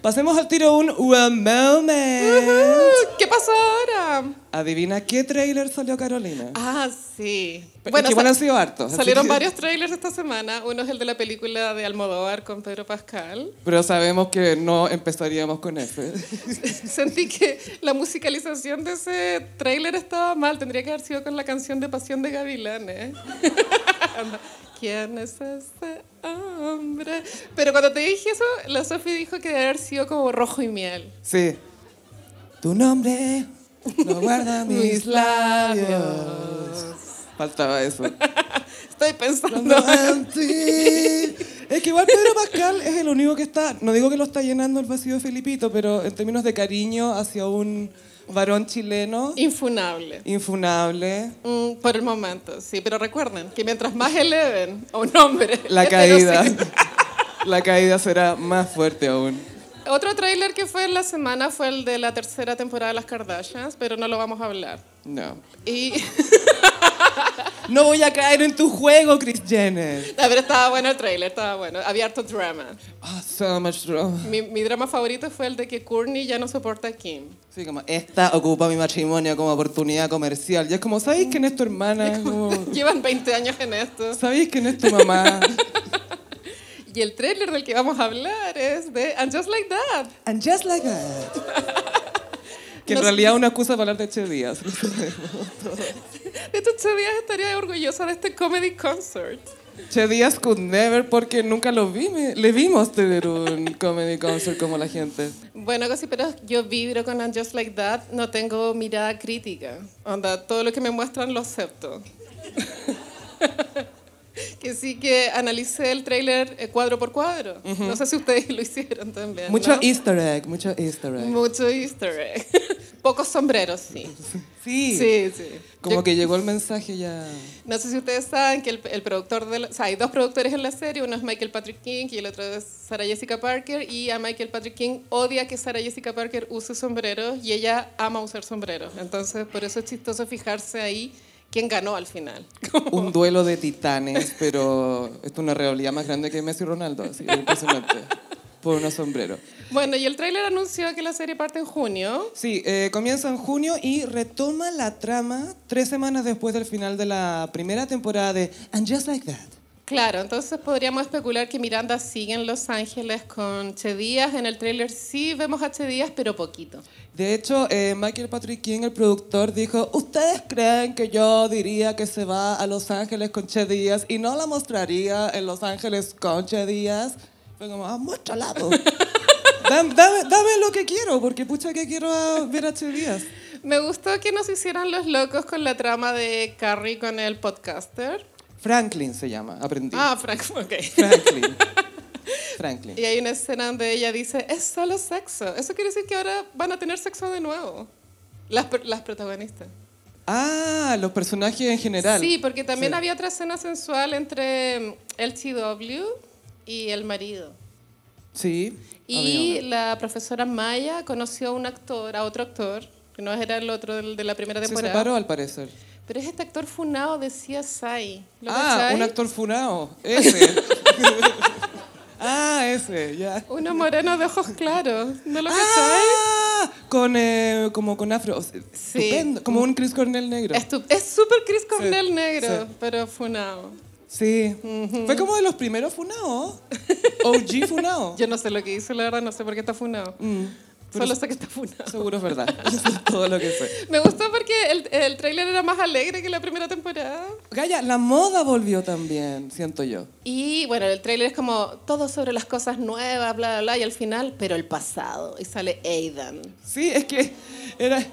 Pasemos al tiro un One Moment. Uh, ¿Qué pasó ahora? Adivina qué trailer salió Carolina. Ah, sí. bueno, igual sa- han sido hartos. así salieron que- varios trailers esta semana. Uno es el de la película de Almodóvar con Pedro Pascal. Pero sabemos que no empezaríamos con ese. Sentí que la musicalización de ese trailer estaba mal. Tendría que haber sido con la canción de Pasión de Gavilanes. ¿Quién es ese hombre? Pero cuando te dije eso, la Sofi dijo que debe haber sido como rojo y miel. Sí. Tu nombre no guarda mis labios. Faltaba eso. Estoy pensando. Cuando en ti- Es que igual Pedro Pascal es el único que está, no digo que lo está llenando el vacío de Felipito, pero en términos de cariño hacia un varón chileno, Infunable. infunable, Mm, por el momento, sí, pero recuerden que mientras más eleven a un hombre, este la heterosexual- caída. La caída será más fuerte aún. Otro tráiler que fue en la semana fue el de la tercera temporada de Las Kardashians, pero no lo vamos a hablar. No. Y, No voy a caer en tu juego, Chris Jenner. a ver, estaba bueno el tráiler, estaba bueno. Había harto drama. Ah, so much drama. Mi, mi drama favorito fue el de que Courtney ya no soporta a Kim. Sí, como, esta ocupa mi matrimonio como oportunidad comercial. Ya es como, ¿sabéis quién es tu hermana? Como, Llevan 20 años en esto. ¿Sabéis quién es tu mamá? Y el tráiler del que vamos a hablar es de And Just Like That. And just like that. Que en No sé. realidad es una excusa para hablar de Che Díaz. De hecho, Che Díaz estaría orgullosa de este comedy concert. Che Díaz could never porque nunca lo vi, le vimos tener un comedy concert como la gente. Bueno, casi, pero yo vibro con And Just Like That. No tengo mirada crítica. Onda, todo lo que me muestran lo acepto. que sí que analicé el tráiler eh, cuadro por cuadro. No sé si ustedes lo hicieron también. Mucho ¿no? easter egg, mucho easter egg. Mucho easter egg. Pocos sombreros, sí. Sí. Sí, sí. Como Yo- que llegó el mensaje ya. no sé si ustedes saben que el, el productor de la- o sea, hay dos productores en la serie, uno es Michael Patrick King y el otro es Sarah Jessica Parker y a Michael Patrick King odia que Sarah Jessica Parker use sombreros y ella ama usar sombreros, entonces por eso es chistoso fijarse ahí quién ganó al final. Un duelo de titanes, pero esto es una realidad más grande que Messi y Ronaldo, así, es impresionante. Por unos sombreros. Bueno, y el tráiler anunció que la serie parte en junio. Sí, eh, comienza en junio y retoma la trama tres semanas después del final de la primera temporada de And Just Like That. Claro, entonces podríamos especular que Miranda sigue en Los Ángeles con Che Díaz. En el tráiler sí vemos a Che Díaz, pero poquito. De hecho, eh, Michael Patrick King, el productor, dijo, ¿ustedes creen que yo diría que se va a Los Ángeles con Che Díaz y no la mostraría en Los Ángeles con Che Díaz? Fue como, ah, muéstrala. po". Dam- dame, dame lo que quiero, porque pucha que quiero a- ver a Che Díaz. Me gustó que nos hicieran los locos con la trama de Carrie con el podcaster. Franklin se llama, aprendí. Ah, Eh, Frank, ok. Franklin. Franklin. Y hay una escena donde ella dice, es solo sexo. Eso quiere decir que ahora van a tener sexo de nuevo. Las, pr- las protagonistas. Ah, los personajes en general. Sí, porque también Sí. había otra escena sensual entre mm, LTW y el marido. Sí. Y había una. la profesora Maya conoció a un actor, a otro actor, que no era el otro del- de la primera Se temporada. separó al parecer. Pero es este actor funado de CSI. ¿Lo ah, cachai? un actor funao. Ese. ah, ese, ya. Uno moreno de ojos claros. ¿No lo cachai? Ah, con, eh, como con afro. Estupendo. Como un Chris Cornell negro. Estu- Es súper Chris Cornell Sí, negro, sí. pero funado. Sí. Fue como de los primeros funaos. OG funao. Yo no sé lo que hizo, la verdad, no sé por qué está funado. Mm, pero Solo sé que está funado. Seguro es verdad. Eso es todo lo que sé. Me gustó porque el, el tráiler era más alegre que la primera temporada. Gaya, la moda volvió también, siento yo. Y bueno, el tráiler es como todo sobre las cosas nuevas, bla, bla, bla, y al final, pero el pasado. Y sale Aidan. Sí, es que era...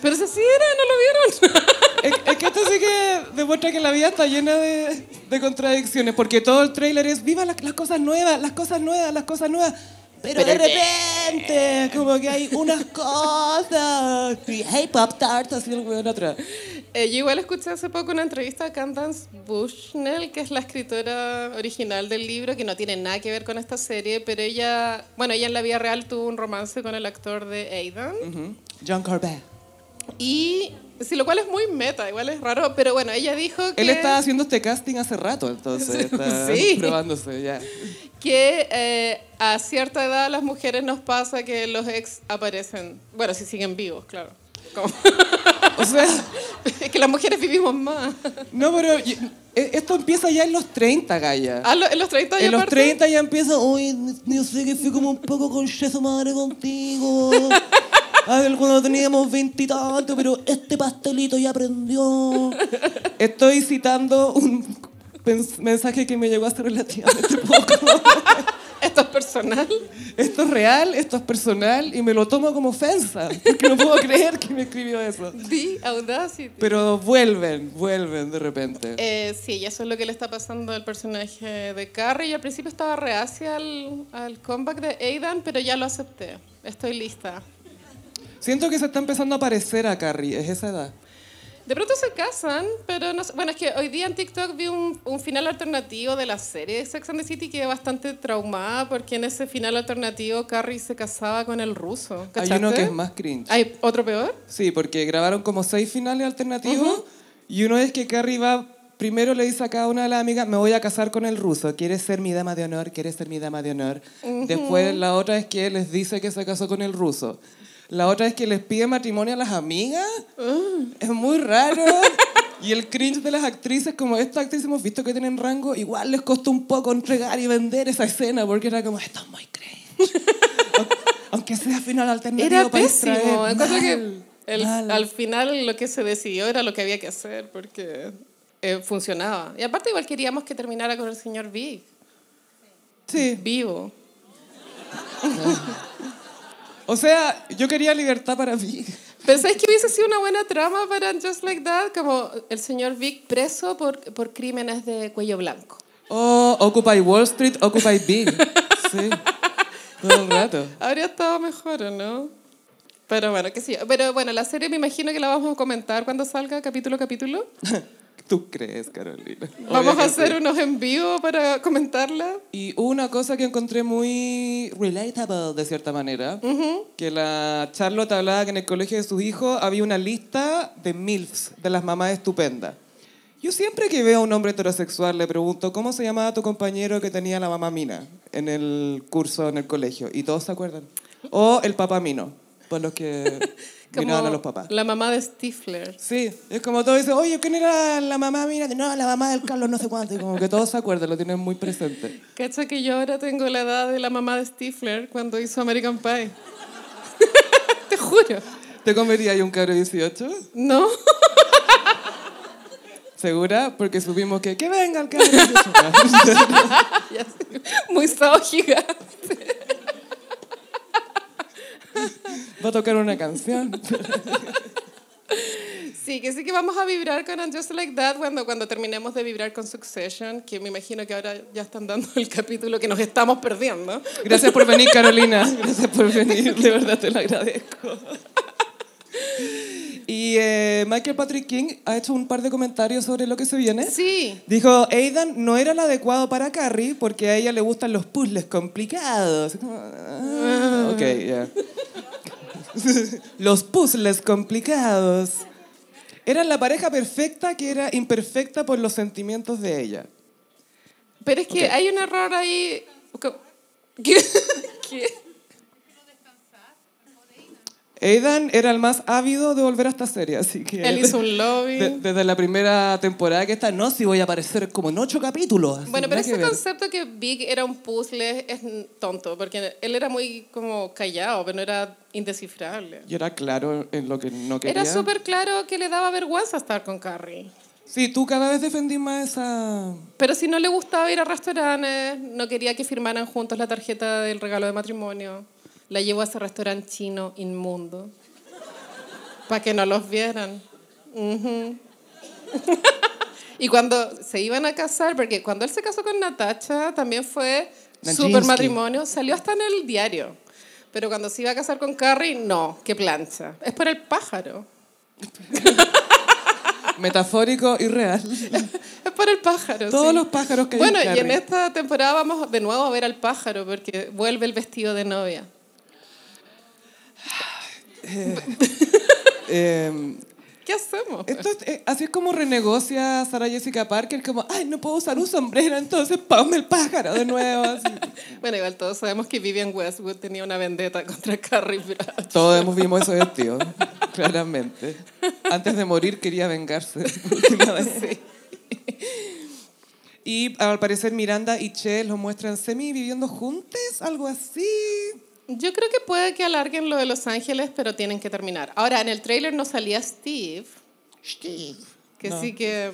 Pero si así era, ¿no lo vieron? Es, es que esto sí que demuestra que la vida está llena de, de contradicciones, porque todo el tráiler es viva las, las cosas nuevas, las cosas nuevas, las cosas nuevas. Pero, de Pero el- repente, como que hay unas cosas. Y hey, Pop Tart, así el weón atrás. Eh, yo igual escuché hace poco una entrevista a Candance Bushnell, que es la escritora original del libro, que no tiene nada que ver con esta serie, pero ella, bueno, ella en la vida real tuvo un romance con el actor de Aidan John Corbett. y Sí, lo cual es muy meta, igual es raro, pero bueno, ella dijo que... Él estaba haciendo este casting hace rato, entonces está Sí. probándose ya. que eh, a cierta edad a las mujeres nos pasa que los ex aparecen, bueno, si siguen vivos, claro. Como- O sea, es que las mujeres vivimos más. no, pero y- e- esto empieza ya en los 30, Gaya. A lo- en los 30 ya En los aparte- 30 ya empieza, oye, yo sé que fui como un poco con yeso madre contigo. A ver, cuando teníamos veintitantos, pero este pastelito ya aprendió. Estoy citando un pens- mensaje que me llegó hace relativamente poco. Esto es personal. Esto es real, esto es personal y me lo tomo como ofensa, porque no puedo creer que me escribió eso. The Audacity. Pero vuelven, vuelven de repente. Eh, sí, y eso es lo que le está pasando al personaje de Carrie. Y al principio estaba reacia al, al comeback de Aidan, pero ya lo acepté. Estoy lista. Siento que se está empezando a parecer a Carrie, es esa edad. De pronto se casan, pero no sé- Bueno, es que hoy día en TikTok vi un, un final alternativo de la serie de Sex and the City que es bastante traumada porque en ese final alternativo Carrie se casaba con el ruso. ¿cachaste? Hay uno que es más cringe. ¿Hay otro peor? Sí, porque grabaron como seis finales alternativos y uno es que Carrie va, primero le dice a cada una de las amigas, me voy a casar con el ruso, quieres ser mi dama de honor, quieres ser mi dama de honor. Después la otra es que les dice que se casó con el ruso. La otra es que les pide matrimonio a las amigas. Es muy raro. Y el cringe de las actrices, como estas actrices hemos visto que tienen rango, igual les costó un poco entregar y vender esa escena porque era como, esto es muy cringe. Aunque sea final alternativo. Era para pésimo. distraer. Encuentro que Mal, el- mal. al final lo que se decidió era lo que había que hacer porque eh, funcionaba. Y aparte igual queríamos que terminara con el señor Big, Sí. vivo. O sea, yo quería libertad para mí. ¿Pensáis que hubiese sido una buena trama para Just Like That? Como el señor Big preso por, por crímenes de cuello blanco. O Occupy Wall Street, Occupy Big. Sí. Todo el rato. Habría estado mejor, ¿o no? Pero bueno, qué sé yo. Pero bueno, la serie me imagino que la vamos a comentar cuando salga capítulo a capítulo. ¿Tú crees, Carolina? Vamos a Obviamente. hacer unos en vivo para comentarla. Y una cosa que encontré muy relatable, de cierta manera, que la Charlotte hablaba que en el colegio de sus hijos había una lista de MILFs, de las mamás estupendas. Yo siempre que veo a un hombre heterosexual le pregunto, ¿cómo se llamaba tu compañero que tenía la mamá mina en el curso, en el colegio? Y todos se acuerdan. O el papá mino, por los que miraban a los papás. La mamá de Stifler. Sí, es como todos dicen, oye, ¿quién era la mamá mina? No, la mamá del Carlos no sé cuánto. Y como que todos se acuerdan, lo tienen muy presente. Cacha que yo ahora tengo la edad de la mamá de Stifler cuando hizo American Pie. Te juro. ¿Te comerías un cabro de 18? No. ¿Segura? Porque supimos que que venga el cabro de 18. Ya sé. Muy sao gigante. Va a tocar una canción. Sí, que sí que vamos a vibrar con And Just Like That cuando, cuando terminemos de vibrar con Succession, que me imagino que ahora ya están dando el capítulo que nos estamos perdiendo. Gracias por venir, Carolina. Gracias por venir. De verdad te lo agradezco. Y eh, Michael Patrick King ha hecho un par de comentarios sobre lo que se viene. Sí. Dijo, Aidan no era el adecuado para Carrie porque a ella le gustan los puzzles complicados. Y como, "Ah, ok, ya. los puzzles complicados. Eran la pareja perfecta que era imperfecta por los sentimientos de ella. Pero es que Ok. hay un error ahí. Co- ¿Qué? ¿Qué? Aidan era el más ávido de volver a esta serie, así que... Él hizo un lobby. de- desde la primera temporada que está, no, si voy a aparecer como en ocho capítulos. así, Bueno, pero nada que ese ver. concepto que Big era un puzzle es tonto, porque él era muy como callado, pero no era indescifrable. Y era claro en lo que no quería. Era súper claro que le daba vergüenza estar con Carrie. Sí, tú cada vez defendís más esa... Pero si no le gustaba ir a restaurantes, no quería que firmaran juntos la tarjeta del regalo de matrimonio, la llevó a ese restaurante chino inmundo para que no los vieran. Ujú. y cuando se iban a casar, porque cuando él se casó con Natacha, también fue Najinsky. super matrimonio, salió hasta en el diario. Pero cuando se iba a casar con Carrie, no, qué plancha. Es por el pájaro. Metafórico y real. Es por el pájaro. Todos sí. los pájaros que hay Bueno, en y en Carrie. esta temporada vamos de nuevo a ver al pájaro porque vuelve el vestido de novia. Eh, ¿Qué hacemos? Esto es- eh, así es como renegocia Sara Jessica Parker, como, ay, no puedo usar un sombrero, entonces ponme el pájaro de nuevo. así. Bueno, igual todos sabemos que Vivian Westwood tenía una vendetta contra Carrie Bradshaw. Todos hemos vimos eso vestido, claramente. Antes de morir quería vengarse. por última vez. Y al parecer Miranda y Che lo muestran semi viviendo juntos, algo así. Yo creo que puede que alarguen lo de Los Ángeles, pero tienen que terminar. Ahora, en el tráiler no salía Steve, que No. sí que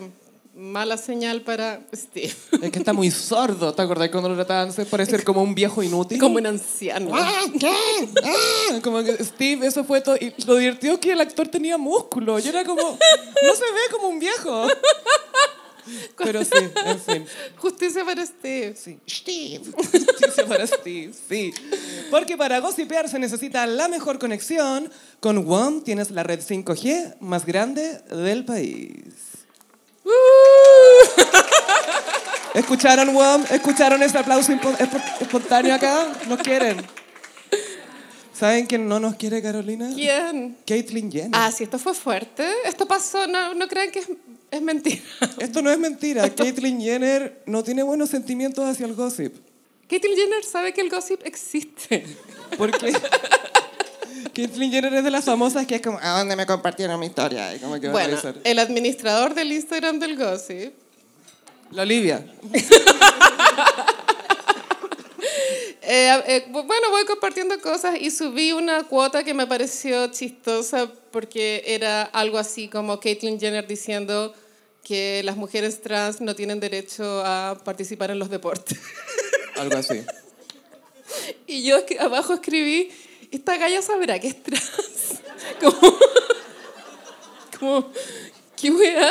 mala señal para Steve. Es que está muy sordo, ¿te acordás cuando lo trataban de parecer como un viejo inútil? Como un anciano. Ah, Como que Steve, eso fue todo. Y lo divertido es que el actor tenía músculo. Yo era como, no se ve como un viejo. Pero sí, en fin. Justicia para Steve. Sí. Steve. Justicia para Steve, sí. Porque para gossipear se necesita la mejor conexión. Con WOM tienes la red 5G más grande del país. Uh. ¿Escucharon WOM? ¿Escucharon este aplauso impo- espo- espontáneo acá? ¿Nos quieren? ¿Saben quién no nos quiere, Carolina? ¿Quién? Caitlyn Jenner. Ah, sí, esto fue fuerte. Esto pasó, no, no crean que es, es mentira. Esto no es mentira. Caitlyn Jenner no tiene buenos sentimientos hacia el gossip. Caitlyn Jenner sabe que el gossip existe. Porque Caitlyn Jenner es de las famosas que es como, ¿a dónde me compartieron mi historia? Y como que va a Bueno, revisar. el administrador del Instagram del gossip La Olivia. Eh, eh, bu- bueno, voy compartiendo cosas y subí una cuota que me pareció chistosa porque era algo así como Caitlyn Jenner diciendo que las mujeres trans no tienen derecho a participar en los deportes. Algo así. Y yo escri- abajo escribí, esta galla sabrá que es trans. Como, como ¿qué weá?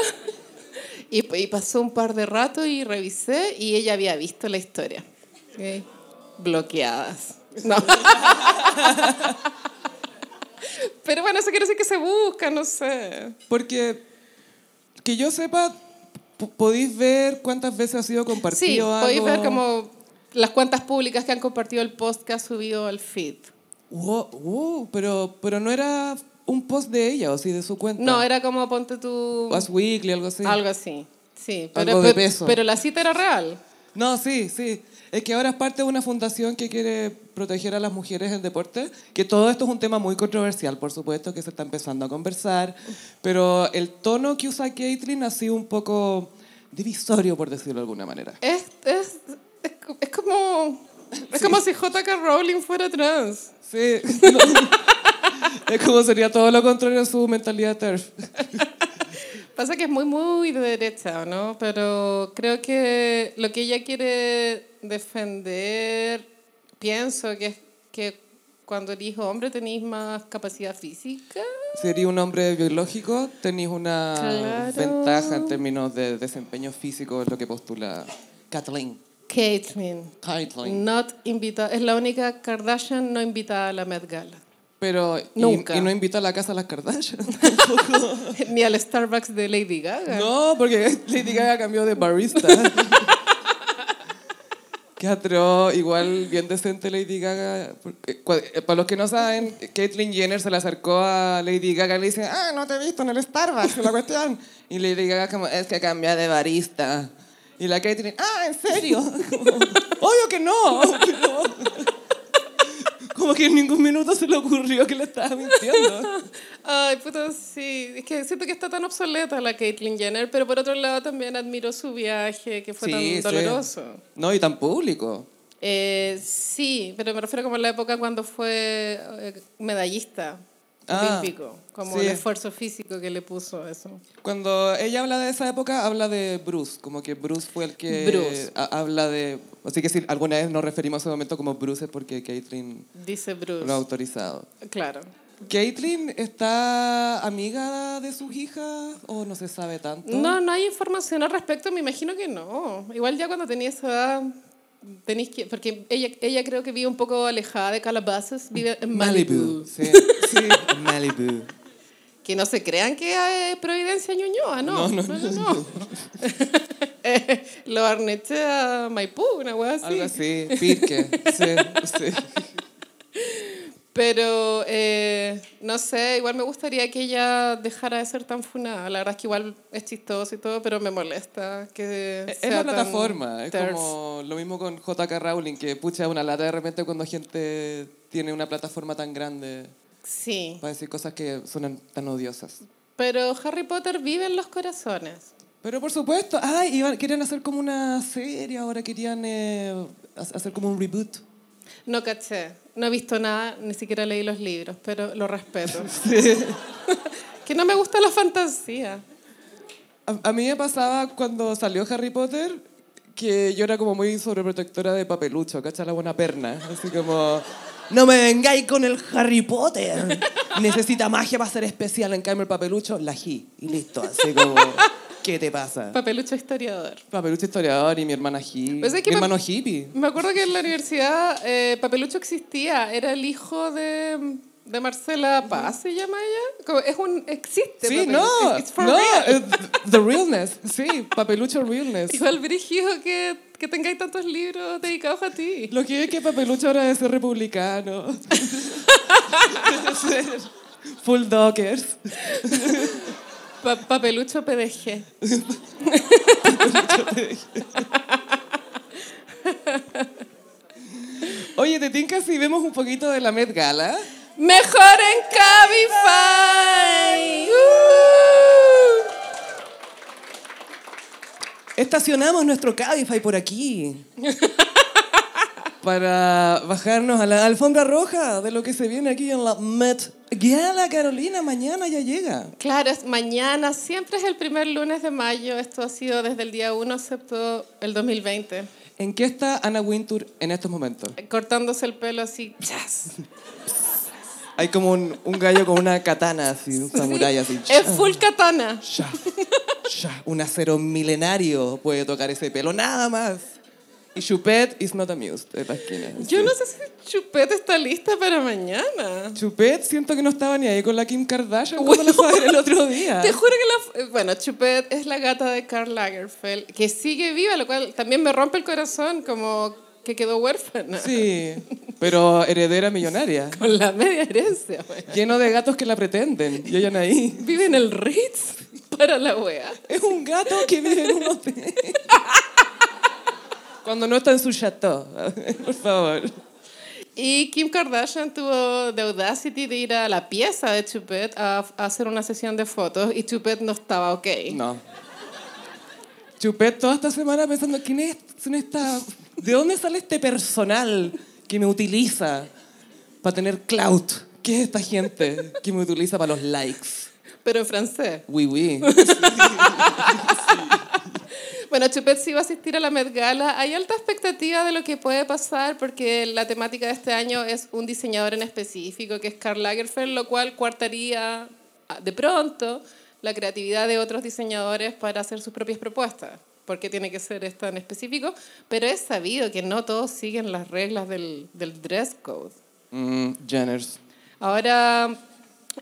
Y, p- y pasó un par de rato y revisé y ella había visto la historia. Ok. Bloqueadas. No. Pero bueno, eso quiere decir que se busca, no sé. Porque que yo sepa, p- podéis ver cuántas veces ha sido compartido Sí, podéis algo. ver como las cuentas públicas que han compartido el post que ha subido al feed. Wow, wow, pero, pero no era un post de ella, o sí, de su cuenta. No, era como ponte tu... Us Weekly, algo así. Algo así. Sí, pero, Algo de pe- peso. pero la cita era real. No, sí, sí. Es que ahora es parte de una fundación que quiere proteger a las mujeres en deporte, que todo esto es un tema muy controversial, por supuesto, que se está empezando a conversar, pero el tono que usa Caitlyn ha sido un poco divisorio, por decirlo de alguna manera. Es, es, es, co- es como. Es como si J.K. Rowling fuera trans. Sí. no. es como sería todo lo contrario a su mentalidad TERF. Pasa que es muy, muy de derecha, ¿no? Pero creo que lo que ella quiere defender, pienso que es que cuando eres hombre tenéis más capacidad física. Sería un hombre biológico, tenéis una Claro. ventaja en términos de desempeño físico, es lo que postula Kathleen. Caitlyn. Caitlyn. Not invitada. Es la única Kardashian no invitada a la Met Gala. Pero y- Nunca. Y, no invita a la casa a las Kardashian. Ni al Starbucks de Lady Gaga. no, porque Lady Gaga cambió de barista. Qué atroz, igual bien decente Lady Gaga. porque, cua- eh, Para los que no saben, Caitlyn Jenner se le acercó a Lady Gaga y le dice, ah, no te he visto en el Starbucks, la cuestión. Y Lady Gaga como, es que cambié de barista. Y la Caitlyn, ah, ¿en serio? Como, Obvio que no. pero- como que en ningún minuto se le ocurrió que le estaba mintiendo. Ay, puta, sí. Es que siento que está tan obsoleta la Caitlyn Jenner, pero por otro lado también admiro su viaje, que fue Sí, sí. tan doloroso. No, y tan público. Eh, sí, pero me refiero como a la época cuando fue eh, medallista Ah, olímpico, como sí. el esfuerzo físico que le puso a eso. Cuando ella habla de esa época, habla de Bruce, como que Bruce fue el que Bruce. ha- habla de... Así que si alguna vez nos referimos a ese momento como Bruce es porque Caitlyn Dice Bruce. lo ha autorizado. Claro. ¿Caitlyn está amiga de sus hijas o no se sabe tanto? No, no hay información al respecto, me imagino que no. Igual ya cuando tenía esa edad, tenéis que. Porque ella, ella creo que vive un poco alejada de Calabasas, vive en Malibu. Sí, sí, Malibu. Que no se crean que ah, es Providencia Ñuñoa, No, no. No, no, no, no. Eh, Lo arneché a Maipú, una wea así. Algo así, Pirque. Sí, sí. Pero eh, no sé, igual me gustaría que ella dejara de ser tan funada. La verdad es que igual es chistoso y todo, pero me molesta que Es sea la tan plataforma, es terse. como lo mismo con JK Rowling, que pucha una lata de repente cuando gente tiene una plataforma tan grande Sí, para decir cosas que suenan tan odiosas. pero Harry Potter vive en los corazones. Pero por supuesto, ay, iban- querían hacer como una serie, ahora querían eh, ha- hacer como un reboot. No caché, no he visto nada, ni siquiera leí los libros, pero lo respeto. que no me gusta la fantasía. A, a mí me pasaba cuando salió Harry Potter que yo era como muy sobreprotectora de papelucho, ¿cachai? La buena perna. Así como, no me vengáis con el Harry Potter. Necesita magia para ser especial. En cambio, el papelucho, la G. Y listo. Así como, ¿qué te pasa? Papelucho historiador. Papelucho historiador y mi hermana G. Pues es que mi pa- hermano hippie. Me acuerdo que en la universidad eh, Papelucho existía, era el hijo de, de Marcela Paz, se llama ella. Como, es un, existe. Sí, Papelucho, no, it's for no, real. eh, the realness, sí, papelucho realness. Igual brígido que, que tengáis tantos libros dedicados a ti. Lo que es que Papelucho ahora debe ser republicano. Debe ser Full dockers. Pa- papelucho PDG. Oye, te tinca si vemos un poquito de la Met Gala. Mejor en Cabify. ¡Uh! Estacionamos nuestro Cabify por aquí. Para bajarnos a la alfombra roja de lo que se viene aquí en la Met Gala, Carolina. Mañana ya llega. Claro, es mañana, siempre es el primer lunes de mayo. Esto ha sido desde el día 1, excepto el 2020. ¿En qué está Anna Wintour en estos momentos? Cortándose el pelo así, ¡chas! Hay como un, un gallo con una katana así, un samurái así. Es full katana. Ya, ya. Un acero milenario puede tocar ese pelo, nada más. Y Chupet is not amused en la esquina. Yo no sé si Chupete está lista para mañana. Chupet siento que no estaba ni ahí con la Kim Kardashian cuando la fue a ver el otro día. Te juro que la... Bueno, Chupet es la gata de Karl Lagerfeld, que sigue viva, lo cual también me rompe el corazón, como que quedó huérfana. Sí, pero heredera millonaria. Con la media herencia, güey. Lleno de gatos que la pretenden y hayan ahí. Vive en el Ritz para la wea. Es un gato que vive en un hotel. Cuando no está en su chateau, por favor. Y Kim Kardashian tuvo the audacity de ir a la pieza de Chupet a, a hacer una sesión de fotos y Chupet no estaba ok. No. ¿Eh? Chupé toda esta semana pensando, ¿quién es, quién está- ¿de dónde sale este personal que me utiliza para tener clout? ¿Qué es esta gente que me utiliza para los likes? Pero en francés. Oui, oui. Bueno, Chupet sí va a asistir a la Met Gala. Hay alta expectativa de lo que puede pasar porque la temática de este año es un diseñador en específico, que es Karl Lagerfeld, lo cual coartaría ah, de pronto la creatividad de otros diseñadores para hacer sus propias propuestas, porque tiene que ser esta en específico. Pero es sabido que no todos siguen las reglas del, del dress code. Mm, Jenners. Ahora,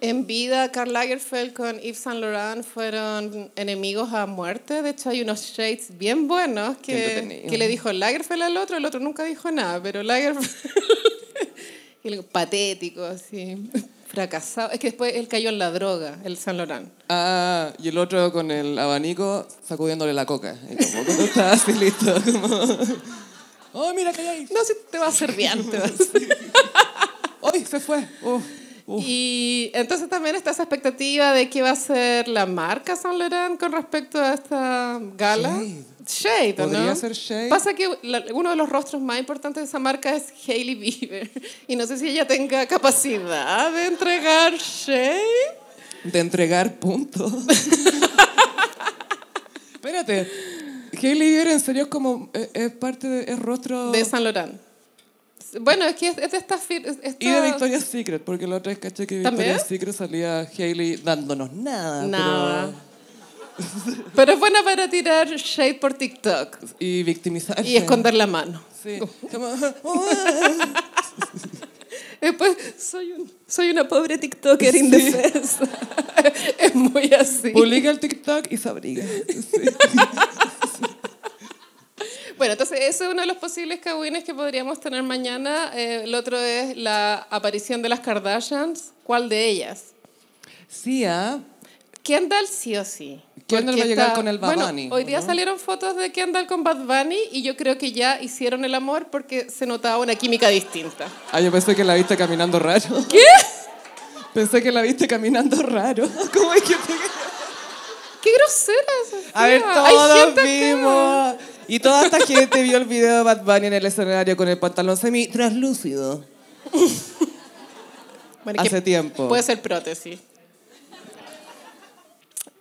en vida, Karl Lagerfeld con Yves Saint Laurent fueron enemigos a muerte. De hecho, hay unos shades bien buenos Qué que, entretenido. que le dijo Lagerfeld al otro, el otro nunca dijo nada, pero Lagerfeld... y le dijo, patético, así, fracasado. Es que después él cayó en la droga, el Saint Laurent. Ah, y el otro con el abanico sacudiéndole la coca. Y como, ¿cómo estás? Y listo. Como, oh, mira que hay. No, si te va a hacer bien, te va a hacer ¡Uy, se fue! Oh, Uf, uf. Y entonces también está esa expectativa de qué va a ser la marca Saint Laurent con respecto a esta gala. Shade, ¿o ¿no? Podría ser Shade. Pasa que la- uno de los rostros más importantes de esa marca es Hailey Bieber. Y no sé si ella tenga capacidad de entregar Shade. De entregar puntos. Espérate. Hailey Bieber en serio es como eh, es, parte de es rostro De Saint Laurent. Bueno, es que es, es de estas fir- es- esta- y de Victoria's Secret, porque la otra vez caché que ¿También? Victoria's Secret salía Hailey dándonos nada. Nada. Pero es buena para tirar Shade por TikTok pero- y victimizarse. y esconder la mano. Sí. Como, "Ah". Después, Eh, pues, soy, un, soy una pobre TikToker indefensa. es muy así. Publica el TikTok y se abriga. Sí. Bueno, entonces ese es uno de los posibles cagüines que podríamos tener mañana. Eh, el otro es la aparición de las Kardashians. ¿Cuál de ellas? Sí, ¿ah? Kendall sí o sí. Kendall Porque va a llegar con el Bad bueno, Bunny, Hoy día ¿no? salieron fotos de Kendall con Bad Bunny y yo creo que ya hicieron el amor porque se notaba una química distinta. Ah, yo pensé que la viste caminando raro. ¿Qué? Pensé que la viste caminando raro. ¿Cómo es que te... ¡Qué grosera! Sofía! A ver, Hay todos gente acá. vimos. Y toda esta gente vio el video de Bad Bunny en el escenario con el pantalón semi translúcido. Bueno, Hace que tiempo. Puede ser prótesis.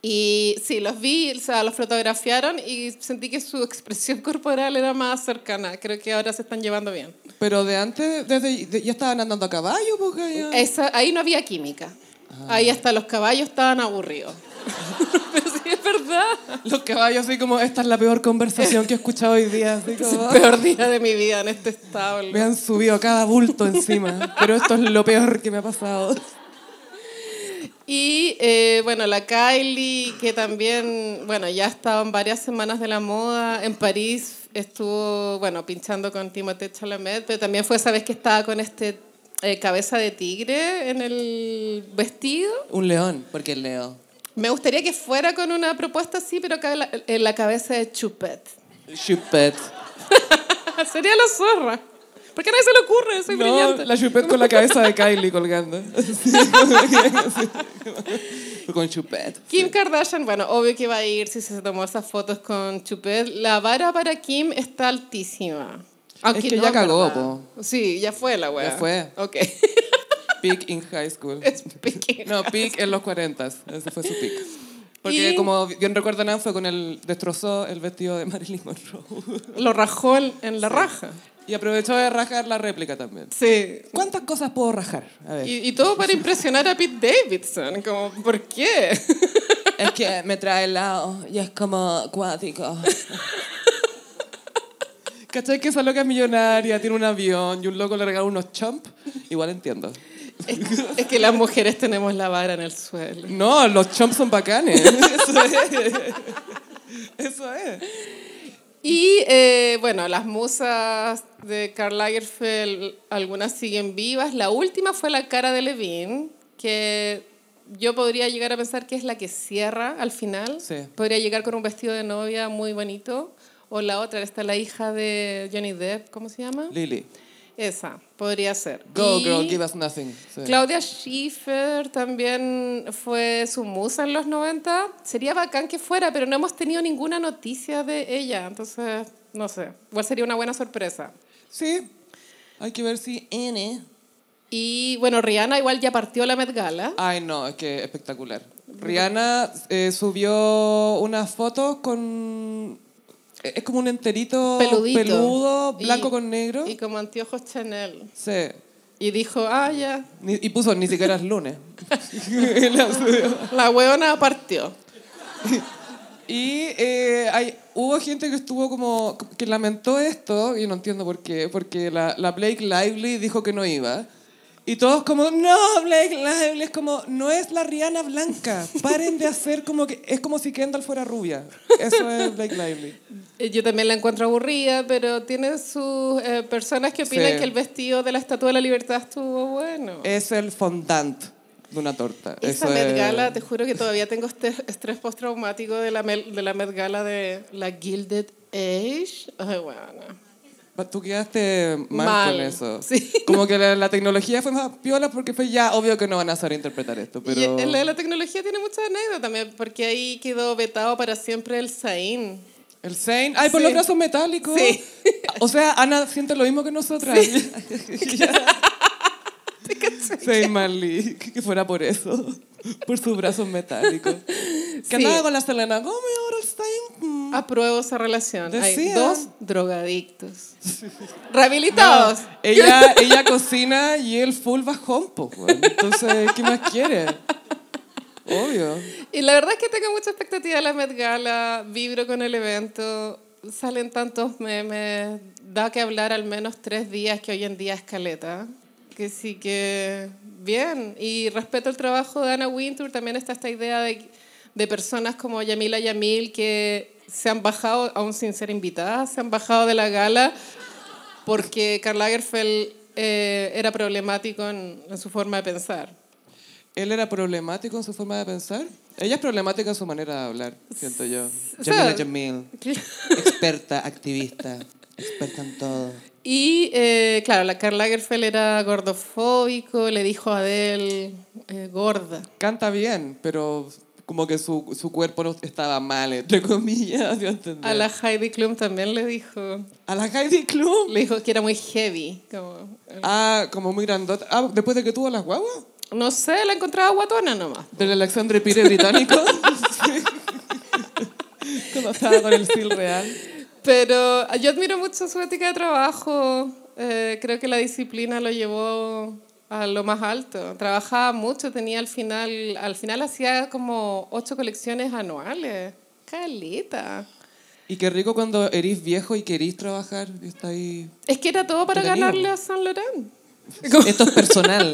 Y sí, los vi, o sea, los fotografiaron y sentí que su expresión corporal era más cercana. Creo que ahora se están llevando bien. Pero de antes, desde, de- ya estaban andando a caballo, pues, porque ya... Esa- ahí no había química. Ah. Ahí hasta los caballos estaban aburridos. Pero sí, es verdad. Los caballos así como, esta es la peor conversación que he escuchado hoy día. Así Es el como, "Ah, peor día de mi vida en este me establo. han subido cada bulto encima. Pero esto es lo peor que me ha pasado. Y eh, bueno, la Kylie, que también, bueno, ya ha estado en varias semanas de la moda. En París estuvo, bueno, pinchando con Timothée Chalamet, pero también fue esa vez que estaba con este eh, cabeza de tigre en el vestido. Un león, porque el león. Me gustaría que fuera con una propuesta así, pero acá en la, en la cabeza de Chupet. Chupet. Sería la zorra. ¿Por qué a nadie se le ocurre? Soy No, brillante. la chupet con la cabeza de Kylie colgando. Sí. con chupet. Kim Kardashian, bueno, obvio que va a ir si se tomó esas fotos con Chupet. La vara para Kim está altísima. Aunque que no ya es cagó, verdad. Sí, ya fue la weá. Ya fue. Ok. Peak in high school. Es pequeño. No, peak en los 40. Ese fue su peak. Porque Y- como bien recuerdan, fue con el... Destrozó el vestido de Marilyn Monroe. Lo rajó en, en la raja. Y aprovechó de rajar la réplica también. Sí. ¿Cuántas cosas puedo rajar? A ver. Y, y todo para impresionar a Pete Davidson. Como, ¿por qué? Es que me trae helado y es como cuático. ¿Cachai que esa loca es millonaria, tiene un avión y un loco le regala unos chomp? Igual entiendo. Es, es que las mujeres tenemos la vara en el suelo. No, los chomps son bacanes. Eso es. Eso es. Y eh, bueno, las musas de Karl Lagerfeld, algunas siguen vivas. La última fue la cara de Levine, que yo podría llegar a pensar que es la que cierra al final. Sí. Podría llegar con un vestido de novia muy bonito. O la otra, está la hija de Johnny Depp, ¿cómo se llama? Lily, Esa, podría ser. go Y girl, give us nothing. Sí. Claudia Schiffer también fue su musa en los 90. Sería bacán que fuera, pero no hemos tenido ninguna noticia de ella. Entonces, no sé. Igual sería una buena sorpresa. Sí. Hay que ver si N. Y bueno, Rihanna igual ya partió la Met Gala. Ay, no, es que espectacular. Rihanna eh, subió unas fotos con. eh, Es como un enterito Peludito. Oh, peludo, Y- blanco con negro. Y como anteojos Chanel. Sí. Y dijo, ah, ya, Ni- y puso ni siquiera es lunes. La subió. la huevona partió. y eh, hay- hubo gente que estuvo como. que lamentó esto, y no entiendo por qué, porque la, la Blake Lively dijo que no iba. Y todos como, no, Blake Lively es como, no es la Rihanna blanca. Paren de hacer como que, es como si Kendall fuera rubia. Eso es Blake Lively. Eh, Yo también la encuentro aburrida, pero tiene sus eh, personas que opinan Sí. que el vestido de la Estatua de la Libertad estuvo bueno. Es el fondant de una torta. Esa Eso Met es- Gala, te juro que todavía tengo este estrés postraumático de la, mel- de la Met Gala de la Gilded Age. Ay, bueno. Tú quedaste mal, Mal, con eso. sí. Como que la, la tecnología fue más piola porque fue ya obvio que no van a saber interpretar esto. Y Pero... el de la tecnología tiene muchas anécdotas también, porque ahí quedó vetado para siempre el Zayn. El Zane. Ay, por Sí. los brazos metálicos. Sí. O sea, Ana siente lo mismo que nosotras. Zane Marley. Que fuera por eso. Por sus brazos metálicos. Que Sí. andaba con la Selena Gómez ahora el Zane. Mm. Apruebo esa relación. Hay Decía. dos drogadictos. Rehabilitados. Ella, ella cocina y él full bajón, po, weón. Entonces, ¿qué más quiere? Obvio. Y la verdad es que tengo mucha expectativa de la Met Gala, vibro con el evento, salen tantos memes, da que hablar al menos tres días que hoy en día es caleta. Que sí que bien. Y respeto el trabajo de Anna Wintour, también está esta idea de, de personas como Yamila Yamil que se han bajado, aún sin ser invitadas, se han bajado de la gala porque Karl Lagerfeld eh, era problemático en, en su forma de pensar. Él era problemático en su forma de pensar. Ella es problemática en su manera de hablar, siento yo. O sea- Jamila Jamil, experta, activista, experta en todo. Y eh, claro, la Karl Lagerfeld era gordofóbico, le dijo a Adele eh, gorda. Canta bien, pero como que su, su cuerpo no estaba mal, entre comillas, ¿sí entender? A la Heidi Klum también le dijo, A la Heidi Klum. le dijo que era muy heavy. como- Ah, como muy grandota. Ah, después de que tuvo las guaguas. no sé, la encontraba guatona nomás. Del Alexandre Pire británico. Sí. Cuando estaba con el Steel Real. Pero yo admiro mucho su ética de trabajo. Eh, creo que la disciplina lo llevó a lo más alto. Trabajaba mucho, tenía al final, al final hacía como ocho colecciones anuales. Calita. Y qué rico cuando erís viejo y querís trabajar y está ahí. Es que era todo para Entretenido. ganarle a San Laurent. Esto es personal.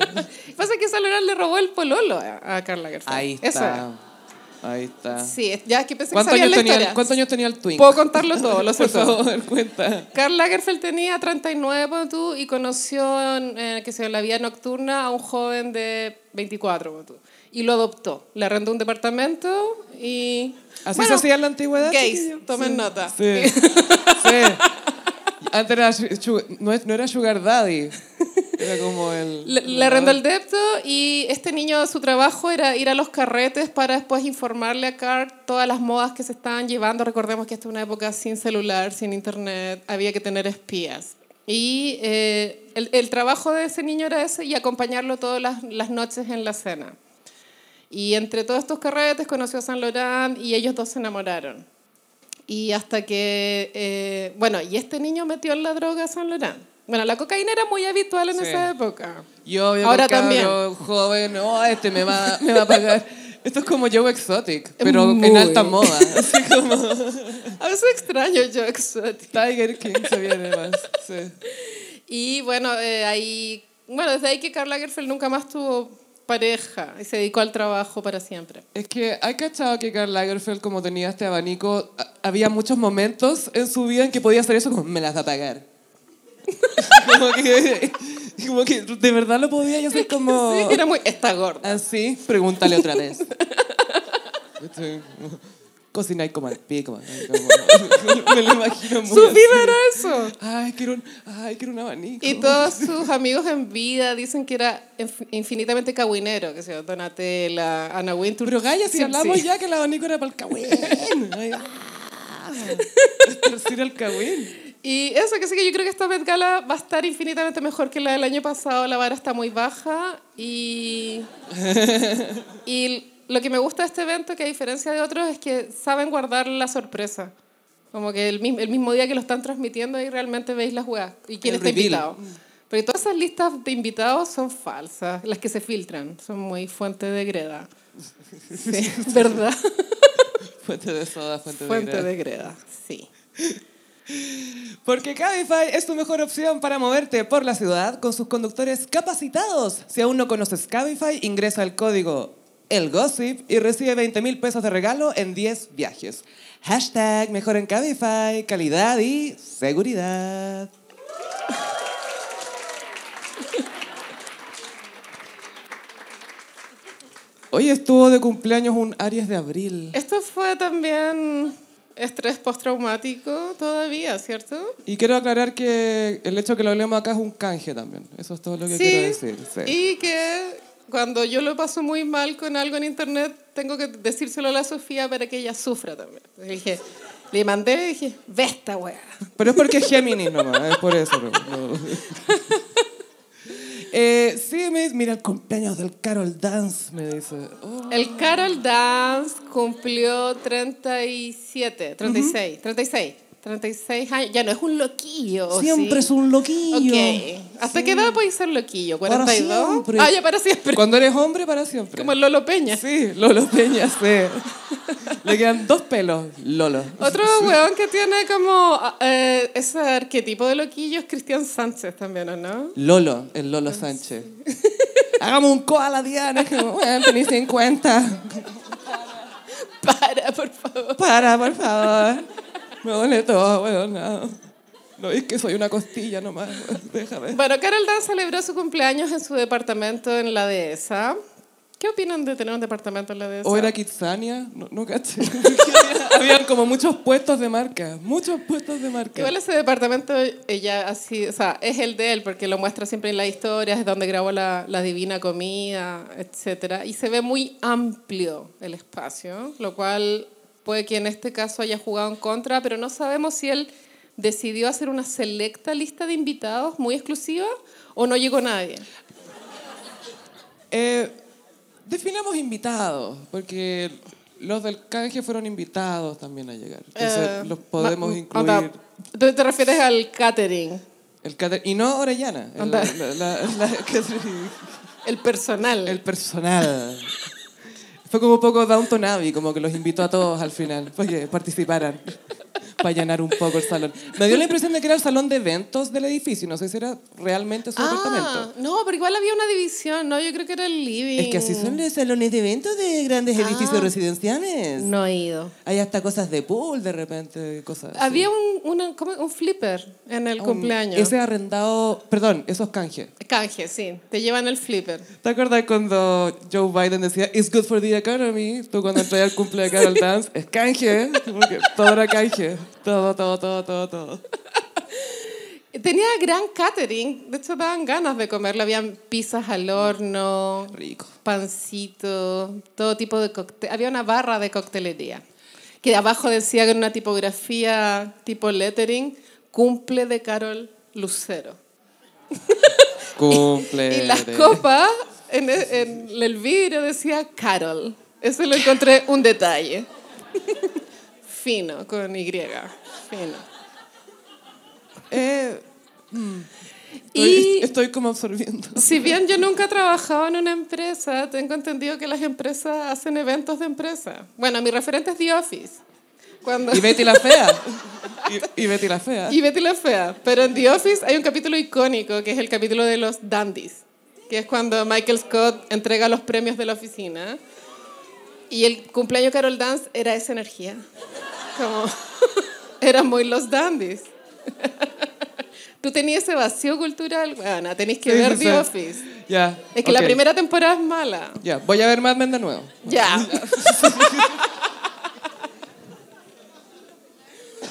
Pasa que San Laurent le robó el pololo a a Carla García. Ahí Eso está. Ahí está. era. Sí, es- ya que pensé que ¿Cuántos sabía años, la tenía, historia. el- ¿Cuántos años tenía el Twink? Puedo contarlo todo, lo Por siento. favor, cuenta. Karl Lagerfeld tenía 39 ponte tú, y conoció en, eh, que se, en la vía nocturna a un joven de 24 ponte tú, y lo adoptó. Le arrendó un departamento y... ¿Así Bueno, se hacía en la antigüedad? gays, chiquillo? tomen Sí. nota. Sí. sí. Antes era su- su- no, es- no era Sugar Daddy. Era como el. Le, le arrendó el depto y este niño, su trabajo era ir a los carretes para después informarle a Carl todas las modas que se estaban llevando. Recordemos que esta es una época sin celular, sin internet, había que tener espías. Y eh, el, el trabajo de ese niño era ese y acompañarlo todas las, las noches en la cena. Y entre todos estos carretes conoció a San Laurent y ellos dos se enamoraron. Y hasta que, eh, bueno, y este niño metió en la droga a San Laurent. Bueno, la cocaína era muy habitual en Sí. esa época. Y obvio Ahora que el también. cabro joven, no, este me va, me va a pagar. Esto es como Joe Exotic, pero en Muy. alta moda. Así como A veces Ah, extraño yo Exotic. Tiger King se viene más. Sí. Y bueno, eh, ahí, bueno, desde ahí que Karl Lagerfeld nunca más tuvo pareja y se dedicó al trabajo para siempre. Es que hay cachado que Karl Lagerfeld, como tenía este abanico, a- había muchos momentos en su vida en que podía hacer eso como, me las va a pagar. como, que, como que de verdad lo podía, yo soy como... Sí, era muy, está gorda. Así, Ah, pregúntale otra vez. Cocinar como el pico. ay, como- me lo imagino Ah, muy Su así. vida era eso. Ay, quiero un, ay, quiero un abanico. Y todos sus amigos en vida dicen que era inf- infinitamente cagüinero, que sea Donatella, Ana Wintour. Pero Gaya, si Sí, hablamos sí. ya que el abanico era para el cagüín. Ay, ah. Esto era el cagüín. Y eso, que sí que yo creo que esta Met Gala va a estar infinitamente mejor que la del año pasado. La vara está muy baja y... y lo que me gusta de este evento, que a diferencia de otros, es que saben guardar la sorpresa. Como que el mismo, el mismo día que lo están transmitiendo ahí realmente veis las weas y quién El está reveal. invitado. Porque todas esas listas de invitados son falsas, las que se filtran, son muy fuente de greda. Sí, ¿verdad? Fuente de soda, fuente, de, Fuente grasa. de greda, sí. Porque Cabify es tu mejor opción para moverte por la ciudad con sus conductores capacitados. Si aún no conoces Cabify, ingresa el código El Gossip y recibe 20 mil pesos de regalo en 10 viajes. Hashtag mejor en Cabify, calidad y seguridad. Hoy estuvo de cumpleaños un Aries de abril. Esto fue también estrés postraumático todavía, ¿cierto? Y quiero aclarar que el hecho que lo leemos acá es un canje también. Eso es todo lo que quiero decir. sí. Y que cuando yo lo paso muy mal con algo en internet, tengo que decírselo a la Sofía para que ella sufra también. Le dije, le mandé y dije, ve esta weá. Pero es porque es Géminis nomás, es por eso. no- no. Eh, sí, me dice, mira el cumpleaños del Carol Dance, me dice. Oh, El Carol Dance cumplió 37, 36, 36, 36 años. Ya no es un loquillo. ¿o siempre es Oh, sí? un loquillo. Ok. ¿Hasta qué edad podéis ser loquillo? Para ¿42? siempre. Ah, ya para siempre. Cuando eres hombre, para siempre. Como el Lolo Peña. Sí, Lolo Peña, sí. Le quedan dos pelos, Lolo. Otro weón que tiene como eh, ese arquetipo de loquillo es Cristian Sánchez también, ¿o no? Lolo, el Lolo Sánchez. Hagamos un koala, Diana. que, Bueno, tenéis 50. Para, por favor. favor. Para, por favor. Me duele todo, weón. No. no es que soy una costilla nomás. weón. Déjame. Bueno, Carol Dan celebró su cumpleaños en su departamento en la dehesa. ¿Qué opinan de tener un departamento en la dehesa? ¿O era Kitsania? No, no caché. Habían como muchos puestos de marca. Muchos puestos de marca. Igual ese departamento, ella así, o sea, es el de él porque lo muestra siempre en las historias, es donde grabó la, la divina comida, etcétera, y se ve muy amplio el espacio, lo cual puede que en este caso haya jugado en contra, pero no sabemos si él decidió hacer una selecta lista de invitados muy exclusiva o no llegó nadie. Eh, definamos invitados, porque los del canje fueron invitados también a llegar. Entonces Eh, los podemos ma- incluir. onda, ¿Te, te refieres al catering, El cater- y no Orellana, el, Anda. la- la- la- catering- el personal? el personal. Fue como un poco Downton Abbey, como que los invitó a todos al final, para que participaran, para llenar un poco el salón. Me dio la impresión de que era el salón de eventos del edificio, no sé si era realmente su Ah, apartamento. no, pero igual había una división, no, yo creo que era el living. Es que así son los salones de eventos de Ah. grandes edificios residenciales. No he ido. Hay hasta cosas de pool de repente, cosas. así. Había un, una- ¿cómo? un flipper en el Un- cumpleaños. Ese arrendado, perdón, esos canjes. Canje, sí. Te llevan el flipper. ¿Te acuerdas cuando Joe Biden decía It's good for the economy? Tú cuando entras al cumple de Carol Dance, es canje. Como que todo era canje. Todo, todo, todo, todo, todo. Tenía gran catering. De hecho, daban ganas de comerlo. Habían pizzas al horno, Rico. pancito, todo tipo de cóctel. Había una barra de coctelería. Que de abajo decía con una tipografía tipo lettering, cumple de Carol Lucero. Cumple. Y las de- copas, en, e, en el vidrio decía Carol. Eso lo encontré un detalle. Fino, con Y. Fino. Eh, estoy, Y estoy como absorbiendo. si bien yo nunca he trabajado en una empresa, tengo entendido que las empresas hacen eventos de empresa. Bueno, mi referente es The Office. Cuando... Y Betty la Fea. Y, y Betty la Fea. Y Betty la Fea. Pero en The Office hay un capítulo icónico, que es el capítulo de los dandies, que es cuando Michael Scott entrega los premios de la oficina. Y el cumpleaños de Carol Dance era esa energía. Como, eran muy los dandies. Tú tenías ese vacío cultural, bueno, tenéis que Sí, ver sí, The sí. Office. Ya. Es que la ok. primera temporada es mala. Ya, voy a ver Mad Men de nuevo. Ya.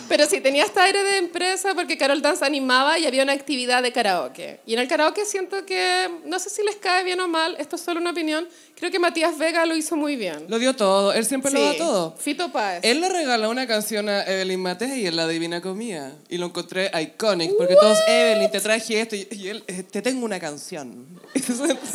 Pero sí, tenía hasta aire de empresa porque Carol Dance animaba y había una actividad de karaoke. Y en el karaoke siento que, no sé si les cae bien o mal, esto es solo una opinión, creo que Matías Vega lo hizo muy bien. Lo dio todo. Él siempre lo da Sí, todo. Eh, Fito Páez. Él le regaló una canción a Evelyn Matei y en La Divina Comida. Y lo encontré iconic, porque todos, Evelyn, te traje esto. Y, y él, eh, te tengo una canción.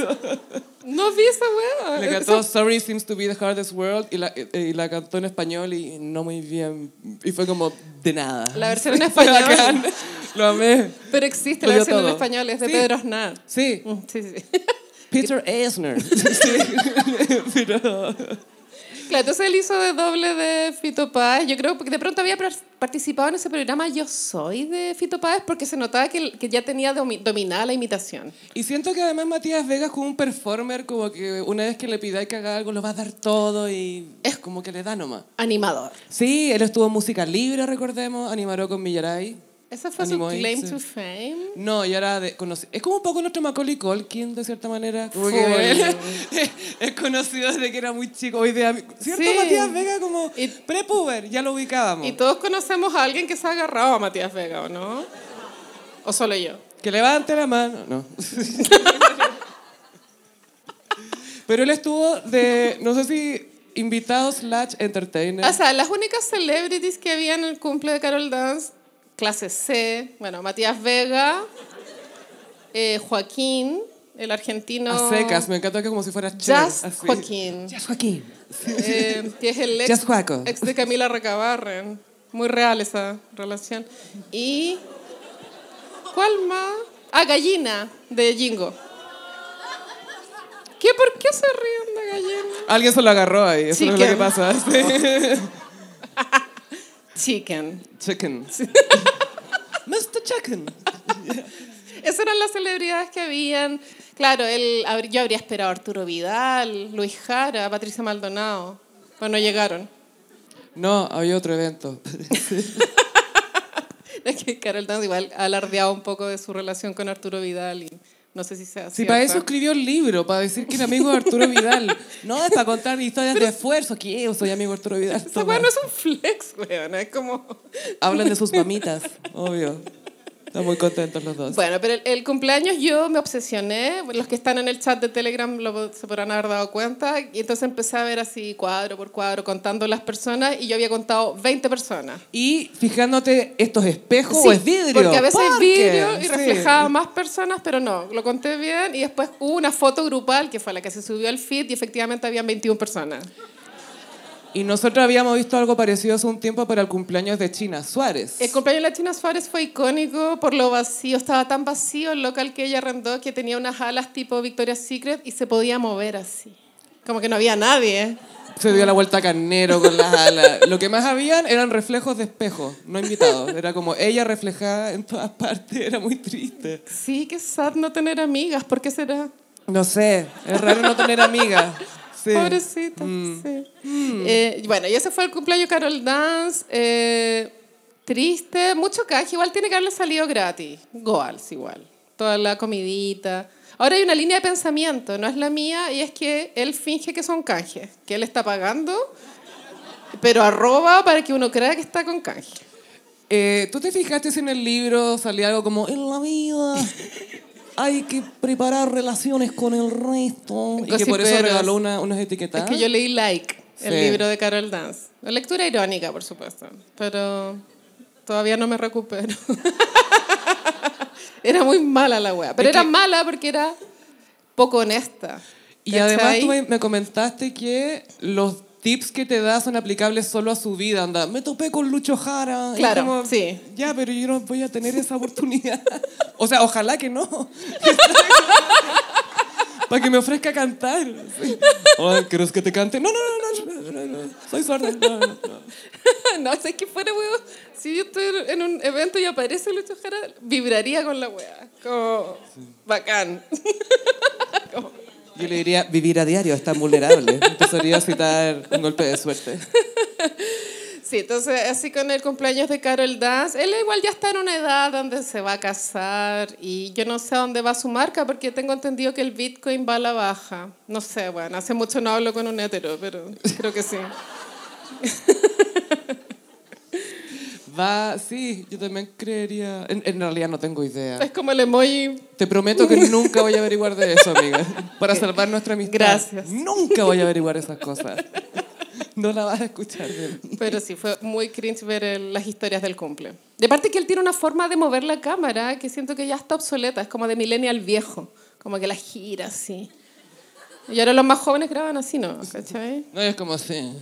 No vi esa hueá. le cantó Sorry Seems to Be the Hardest World y la, eh, y la cantó en español y no muy bien. Y fue como de nada. La versión en Fue español. bacán. Lo amé. Pero existe Lo la dio versión en todo. español, es de Sí. Pedro Aznar. Sí, Mm, Sí, sí. Peter Eisner. Sí. Pero- Claro, entonces él hizo de doble de Fito Páez. Yo creo que de pronto había par- participado en ese programa Yo Soy de Fito Páez porque se notaba que, que ya tenía domi- dominada la imitación. Y siento que además Matías Vega es como un performer, como que una vez que le pidáis que haga algo, lo va a dar todo y es como que le da nomás. Animador. Sí, él estuvo en música libre, recordemos, animaró con Millaray. Ese fue Animó su ahí, claim sí. to fame. No, y ahora de, conoci- es como un poco nuestro Macaulay Culkin, de cierta manera. Como Full. que él es conocido desde que era muy chico. Hoy día, ¿cierto? Sí. Matías Vega como Y- prepuber, ya lo ubicábamos. Y todos conocemos a alguien que se ha agarrado a Matías Vega, ¿o no? ¿O solo yo? Que levante la mano. No. Pero él estuvo de, no sé si invitado slash entertainer. O sea, las únicas celebrities que había en el cumple de Carol Dance, clase C, bueno, Matías Vega, eh, Joaquín, el argentino... A secas, me encanta que como si fuera chef. Jazz así. Joaquín. Jazz Joaquín. Eh, que es el Jazz ex, Juaco. ex de Camila Recabarren. Muy real esa relación. Y. ¿Cuál más? Ah, Gallina, de Jingo. ¿Qué, ¿Por qué se ríen de Gallina? Alguien se lo agarró ahí, eso no es lo que Chicken. pasa. sí. Chicken. Chicken. Mr. Chicken. Esas eran las celebridades que habían. Claro, él, habr- yo habría esperado a Arturo Vidal, Luis Jara, Patricia Maldonado. Pero no Pues llegaron. No, había otro evento. Es que Carol Dance igual alardeaba un poco de su relación con Arturo Vidal y no sé si sea Si para eso cierta. escribió el libro, para decir que era amigo de Arturo Vidal. No, es para contar historias de esfuerzo. Que yo soy amigo de Arturo Vidal. Esa weá no es un flex, weón. Es como. Hablan de sus mamitas, obvio. Están muy contentos los dos. Bueno, pero el, el cumpleaños yo me obsesioné. Los que están en el chat de Telegram lo, se podrán haber dado cuenta. Y entonces empecé a ver así cuadro por cuadro, contando las personas. Y yo había contado 20 personas. Y fijándote, ¿esto es espejo o Sí, es vidrio? Porque a veces Porque, es vidrio y sí. reflejaba más personas, pero no, lo conté bien. Y después hubo una foto grupal que fue la que se subió al feed y efectivamente habían 21 personas. Y nosotros habíamos visto algo parecido hace un tiempo para el cumpleaños de China Suárez. El cumpleaños de la China Suárez fue icónico por lo vacío. Estaba tan vacío el local que ella arrendó que tenía unas alas tipo Victoria's Secret y se podía mover así. Como que no había nadie. Se dio la vuelta a carnero con las alas. Lo que más habían eran reflejos de espejo, no invitados. Era como ella reflejada en todas partes, era muy triste. Sí, qué sad no tener amigas. ¿Por qué será? No sé, es raro no tener amigas. Sí. Pobrecita. sí. Eh, bueno, y ese fue el cumpleaños de Carol Dance. eh, triste, mucho caje. Igual tiene que haberle salido gratis. Goals, igual. Toda la comidita. Ahora hay una línea de pensamiento, no es la mía, y es que él finge que son canjes, que él está pagando, pero arroba para que uno crea que está con canje. Eh, ¿Tú te fijaste si en el libro salía algo como en la vida hay que preparar relaciones con el resto? Y que por eso Gossiperos. regaló una, unas etiquetas. Es que yo leí Like, el ¿Ah? Sí. libro de Carol Dance. Una lectura irónica, por supuesto, pero todavía no me recupero. era muy mala la wea, pero Es era que- mala porque era poco honesta. Y además ¿cachai? tú me, me comentaste que los tips que te da son aplicables solo a su vida. Anda, me topé con Lucho Jara. Y Claro, sí. Ya, pero yo no voy a tener esa oportunidad. o sea, ojalá que no. Para que me ofrezca cantar. Sí. Ay, ¿Quieres que te cante? No, no, no, no, no, no, no. Soy sorda. No, no, no. no sé que fuera weón. Si yo estoy en un evento y aparece Lucho Jara, vibraría con la wea. Como bacán. Yo le diría, vivir a diario es tan vulnerable. Empezaría a citar un golpe de suerte. Sí, entonces así con el cumpleaños de Carol Dance, él igual ya está en una edad donde se va a casar y yo no sé a dónde va su marca porque tengo entendido que el Bitcoin va a la baja. No sé, bueno, hace mucho no hablo con un hétero, pero creo que sí. Va, sí, yo también creería... En, en realidad no tengo idea. Es como el emoji. Te prometo que nunca voy a averiguar de eso, amiga. Para salvar nuestra amistad. Gracias. Nunca voy a averiguar esas cosas. No la vas a escuchar de mí. Pero sí, fue muy cringe ver el- las historias del cumple. De parte que él tiene una forma de mover la cámara que siento que ya está obsoleta, es como de millennial viejo, como que la gira así. Y ahora los más jóvenes graban así, ¿no? ¿Cachai? No, es como sí.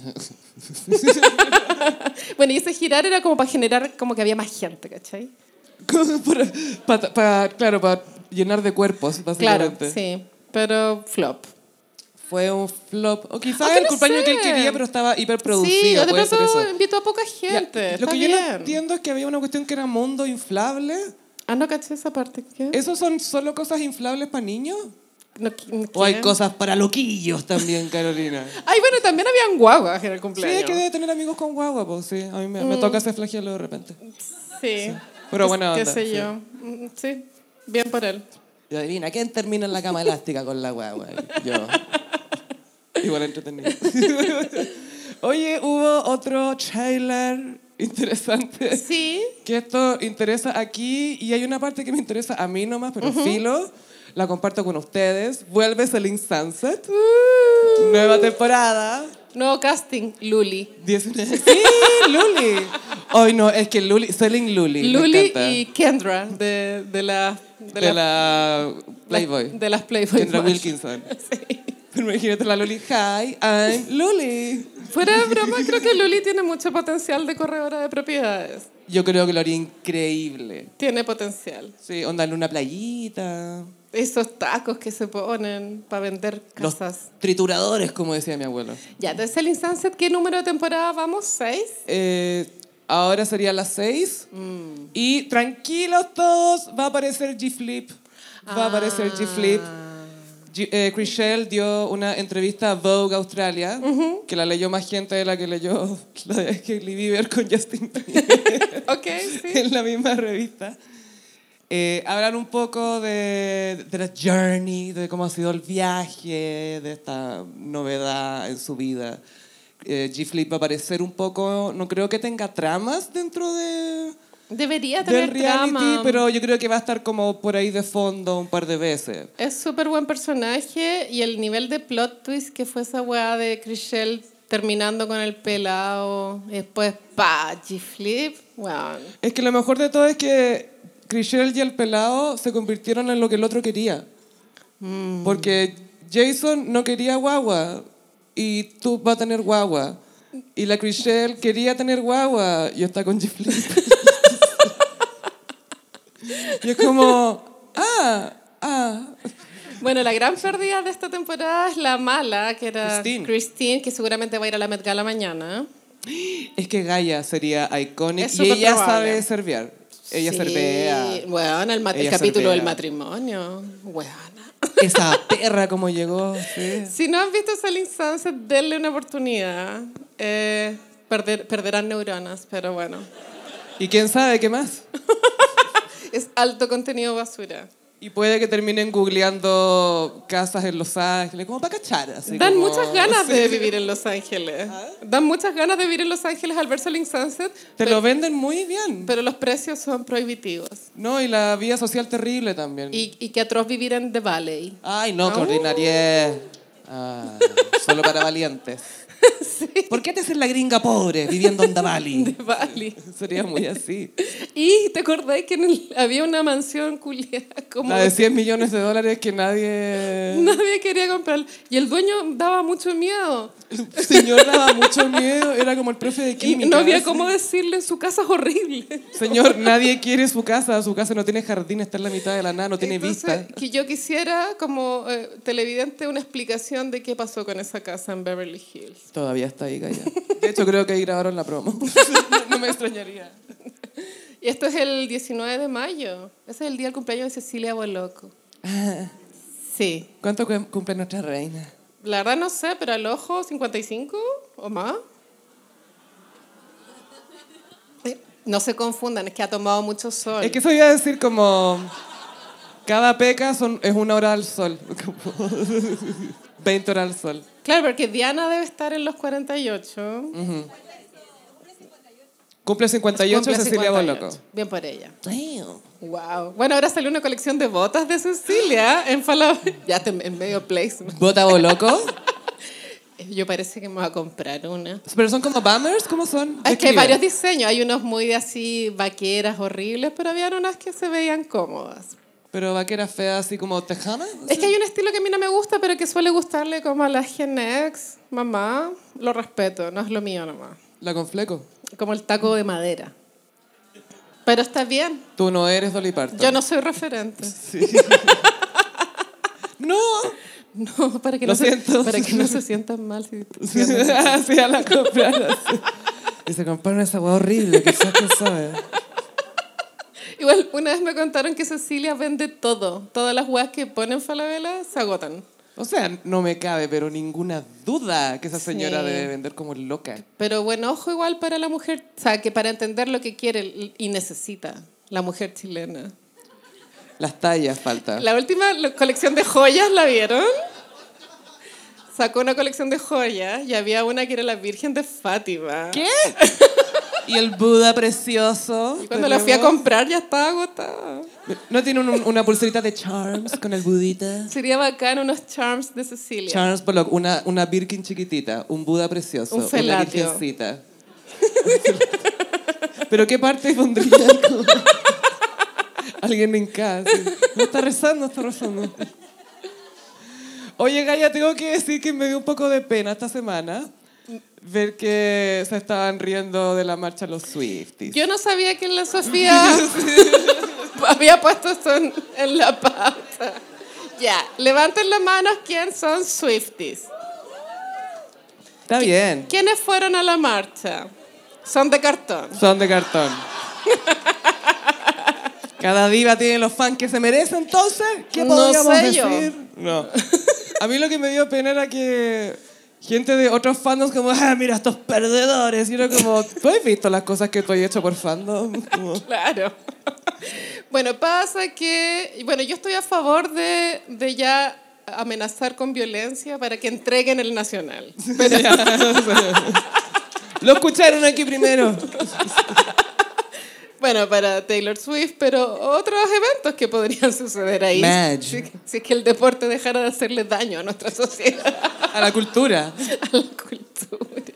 Bueno, y ese girar era como para generar como que había más gente, ¿cachai? Como para- pa- pa- claro, para llenar de cuerpos, Claro, básicamente. sí. Pero flop. Fue un flop. O quizás Aunque el Ah, no compañero que él sé. quería, pero estaba hiperproducido. sí, yo de puede ser eso. pronto invito a poca Ya, gente. Lo está que yo bien. no entiendo es que había una cuestión que era mundo inflable. Ah, no caché esa parte. ¿Qué? ¿Esos son solo cosas inflables para niños? No, ¿qué- ¿O hay qué? cosas para loquillos también, Carolina? Ay, bueno, también habían guaguas en el Sí, cumpleaños. es que debe tener amigos con guagua, pues sí. A mí me, Mm. me toca ese flagelo de repente. Sí. Pero Qué- buena Qué onda, sé sí. yo. Mm, Sí, bien por él. Y adivina, ¿quién termina en la cama elástica con la guagua? Yo. Igual entretenido. Oye, hubo otro trailer interesante. Sí. que esto interesa aquí y hay una parte que me interesa a mí nomás, pero filo, la comparto con ustedes. Vuelve Selling Sunset, nueva temporada. Nuevo casting, Luli. 19. Sí, Luli. Hoy no, es que Luli, Selling Luli. me Luli encanta. y Kendra de, de la... de, la Playboy. De las Playboy. Kendra Mansion. Wilkinson. Sí. Pero imagínate la Luli. Hi, I'm Luli. Fuera de broma, creo que Luli tiene mucho potencial de corredora de propiedades. Yo creo que lo haría increíble. Tiene potencial. Sí, onda en una playita. Esos tacos que se ponen para vender Los casas. trituradores, como decía mi abuelo. Ya, entonces el Sunset, ¿qué número de temporada vamos? ¿Seis? Eh, ahora sería las 6. Y tranquilos todos, va a aparecer G Flip. Va a aparecer G Flip. G- eh, Chris Shell dio una entrevista a Vogue Australia, que la leyó más gente de la que leyó la de Hailey Bieber con Justin Bieber Ok, sí. en la misma revista. Eh, hablan un poco de, de la journey, de cómo ha sido el viaje, de esta novedad en su vida. Eh, G-Flip va a aparecer un poco, no creo que tenga tramas dentro de, Debería del tener reality, drama. pero yo creo que va a estar como por ahí de fondo un par de veces. Es súper buen personaje y el nivel de plot twist que fue esa weá de Chriselle terminando con el pelado, y después, pa, G-Flip, weón. Es que lo mejor de todo es que Chriselle y el pelado se convirtieron en lo que el otro quería. Mm. Porque Jason no quería guagua y tú vas a tener guagua. Y la Chriselle quería tener guagua y está con Giflip. y es como, ah, ah. Bueno, la gran pérdida de esta temporada es la mala, que era Christine. Christine, que seguramente va a ir a la Met Gala mañana. Es que Gaia sería icónica Es y súper ella probable. sabe serviar. Ella Sí, servea. Weón, el, ma- el Ella capítulo servea. del matrimonio. Weón. Esa perra como llegó. sí. Si no han visto Selling Sunset, denle una oportunidad. Eh, perder- perderán neuronas, pero bueno. Y quién sabe qué más. Es alto contenido basura. Y puede que terminen googleando casas en Los Ángeles, como para cachar. Así Dan como- Ah. muchas ganas de vivir en Los Ángeles. Dan muchas ganas de vivir en Los Ángeles al ver Selling Sunset, Te lo venden muy bien. pero los precios son prohibitivos. No, y la vida social terrible también. Y, y qué atroz vivir en The Valley. Ay, no, Ah. que ordinariez. Ah, solo para valientes. ¿Por qué te haces la gringa pobre viviendo en Davali? The Valley. Sería muy así. Y te acordás que en el- había una mansión culia como La de 100 millones de dólares que nadie... nadie quería comprar y el dueño daba mucho miedo. El señor daba mucho miedo, era como el profe de Y química. no había cómo decirle, su casa es horrible. Señor, nadie quiere su casa, su casa no tiene jardín, está en la mitad de la nada, no tiene Entonces, vista. que yo quisiera como eh, televidente una explicación de qué pasó con esa casa en Beverly Hills. Todavía está ahí callada. De hecho, creo que ahí grabaron la promo. No me extrañaría. Y esto es el 19 de mayo. Ese es el día del cumpleaños de Cecilia Boloco. Ah. Sí. ¿Cuánto cum- cumple nuestra reina? La verdad no sé, pero al ojo 55 o más. Eh, No se confundan, es que ha tomado mucho sol. Es que eso iba a decir como... Cada peca son, es una hora al sol. Como 20 horas al sol. Claro, porque Diana debe estar en los 48. Cumple 58 Cumple Cecilia 58. Boloco. Bien por ella. Wow. Bueno, ahora salió una colección de botas de Cecilia en Follow- Ya te- en medio placement. Eh, ¿Vota Boloco? Yo parece que me voy a comprar una. ¿Pero son como bummers? ¿Cómo son? Es que hay Describe. varios diseños. Hay unos muy así vaqueras horribles, pero había unas que se veían cómodas. ¿Pero vaqueras feas así como tejanas? Es que hay un estilo que a mí no me gusta, pero que suele gustarle como a la Gen X, mamá. Lo respeto, no es lo mío nomás. La con fleco. Como el taco de madera. Pero está bien. Tú no eres Dolly Parton. Yo no soy referente. ¡No! No, para que, Lo no se, siento. para que no se sientan mal. si- Así a la compraron. así. Y se compraron esa hueá horrible, quizás tú sabes. Igual, una vez me contaron que Cecilia vende todo. Todas las huevas que ponen Falabella se agotan. O sea, no me cabe, pero ninguna duda que esa señora Sí. debe vender como loca. Pero buen ojo igual para la mujer, o sea, que para entender lo que quiere y necesita la mujer chilena. Las tallas falta. La última lo- colección de joyas, ¿la vieron? Sacó una colección de joyas y había una que era la Virgen de Fátima. ¿Qué? y el Buda precioso. Y cuando la fui a Tenemos- comprar ya estaba agotada. ¿No tiene un- una pulserita de Charms con el Budita? Sería bacán unos charms de Cecilia. Charms Pollock, una, una Birkin chiquitita, un Buda precioso, Un una felatio. virgencita. ¿Pero qué parte pondría? como- Alguien en casa. así. No está rezando, está rezando. Oye, Gaya, tengo que decir que me dio un poco de pena esta semana ver que se estaban riendo de la marcha los Swifties. Yo no sabía que la Sofía había puesto esto en, en la pauta. Ya, levanten las manos quién son Swifties. Está bien. ¿Quiénes fueron a la marcha? Son de cartón. Son de cartón. Cada diva tiene los fans que se merece, entonces, ¿qué No podríamos sé yo. decir? No. A mí lo que me dio pena era que gente de otros fandoms como, ah, mira, estos perdedores. Y era como, ¿tú has visto las cosas que tú has hecho por fandom? Como, Claro. Bueno, pasa que, bueno, yo estoy a favor de, de ya amenazar con violencia para que entreguen el nacional. Lo escucharon aquí primero. Bueno, para Taylor Swift, pero otros eventos que podrían suceder ahí. Madge. Si, si es que el deporte dejara de hacerle daño a nuestra sociedad, A la cultura. a la cultura.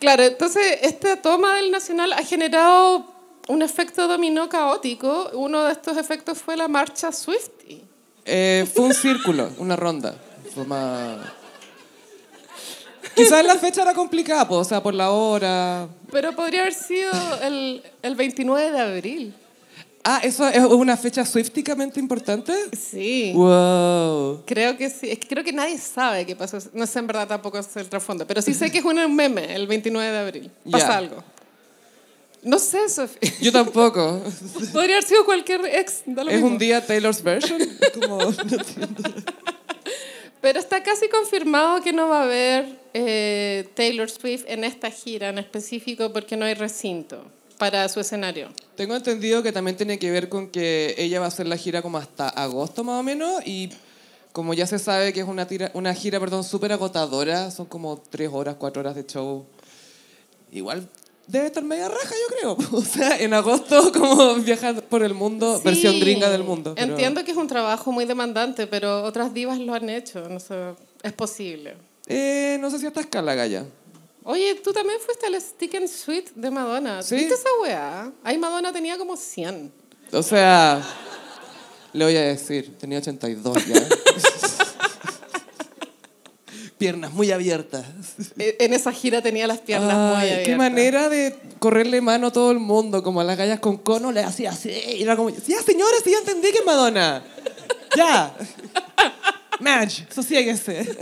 Claro, entonces esta toma del Nacional ha generado un efecto dominó caótico. Uno de estos efectos fue la marcha Swiftie. Eh, fue un círculo, una ronda. Fue más- Quizás la fecha era complicada, po, o sea, por la hora. Pero podría haber sido el, el 29 de abril. Ah, ¿eso es una fecha swifticamente importante? Sí. Wow. Creo que sí. Es que creo que nadie sabe qué pasó. No sé en verdad tampoco es el trasfondo, pero sí sé que es un meme el 29 de abril. Pasa Ya. algo. No sé, Sofía. Yo tampoco. Podría haber sido cualquier ex. da lo ¿Es mismo. un día Taylor's version? Como, no entiendo. Pero está casi confirmado que no va a haber eh, Taylor Swift en esta gira en específico porque no hay recinto para su escenario. Tengo entendido que también tiene que ver con que ella va a hacer la gira como hasta agosto más o menos y como ya se sabe que es una, tira- una gira perdón, súper agotadora, son como tres horas, cuatro horas de show, igual debe estar media raja yo creo. O sea, en agosto como viajar por el mundo, Sí, versión gringa del mundo. pero- Entiendo que es un trabajo muy demandante, pero otras divas lo han hecho. No sé, es posible. Eh, no sé si hasta escala, Gaya. Oye, tú también fuiste al Stick and Sweet de Madonna. Sí. ¿Viste esa weá? Ahí Madonna tenía como 100. O sea, le voy a decir, tenía 82 ya. Piernas muy abiertas. Eh, En esa gira tenía las piernas muy Ay, abiertas. Qué manera de correrle mano a todo el mundo, como a las gallas con cono, le hacía así. Y era como, ya señores, sí, ya entendí que es Madonna. Ya. Madge, sosiéguese.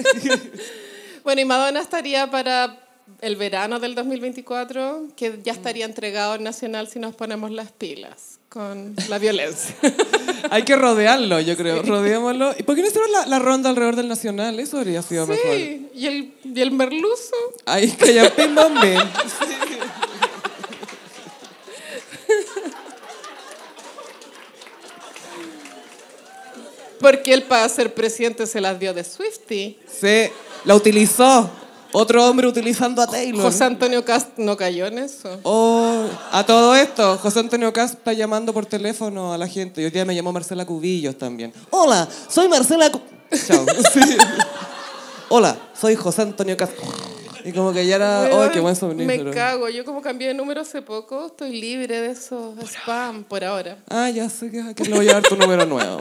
Bueno, y Madonna estaría para el verano del 2024, que ya estaría entregado al Nacional si nos ponemos las pilas con la violencia. Hay que rodearlo, yo creo. Rodeémoslo. ¿Y por qué no hicieron la, la ronda alrededor del Nacional? Eso habría sido mejor. sí, y el, y el merluzo. Ay, que ya pim, bam, bim. Porque él para ser presidente se las dio de Swiftie. Sí, la utilizó. Otro hombre utilizando a Taylor. José Antonio Cast no cayó en eso. Oh, a todo esto, José Antonio Cas está llamando por teléfono a la gente. Y hoy día me llamó Marcela Cubillos también. Hola, soy Marcela Cu- Chao. Sí. Hola, soy José Antonio Cas. Y como que ya era. ¡Oh, Weón, qué buen sonido! Me cago, yo como cambié de número hace poco, estoy libre de esos spam por ahora. Ah, ya sé que, que le voy a dar tu número nuevo.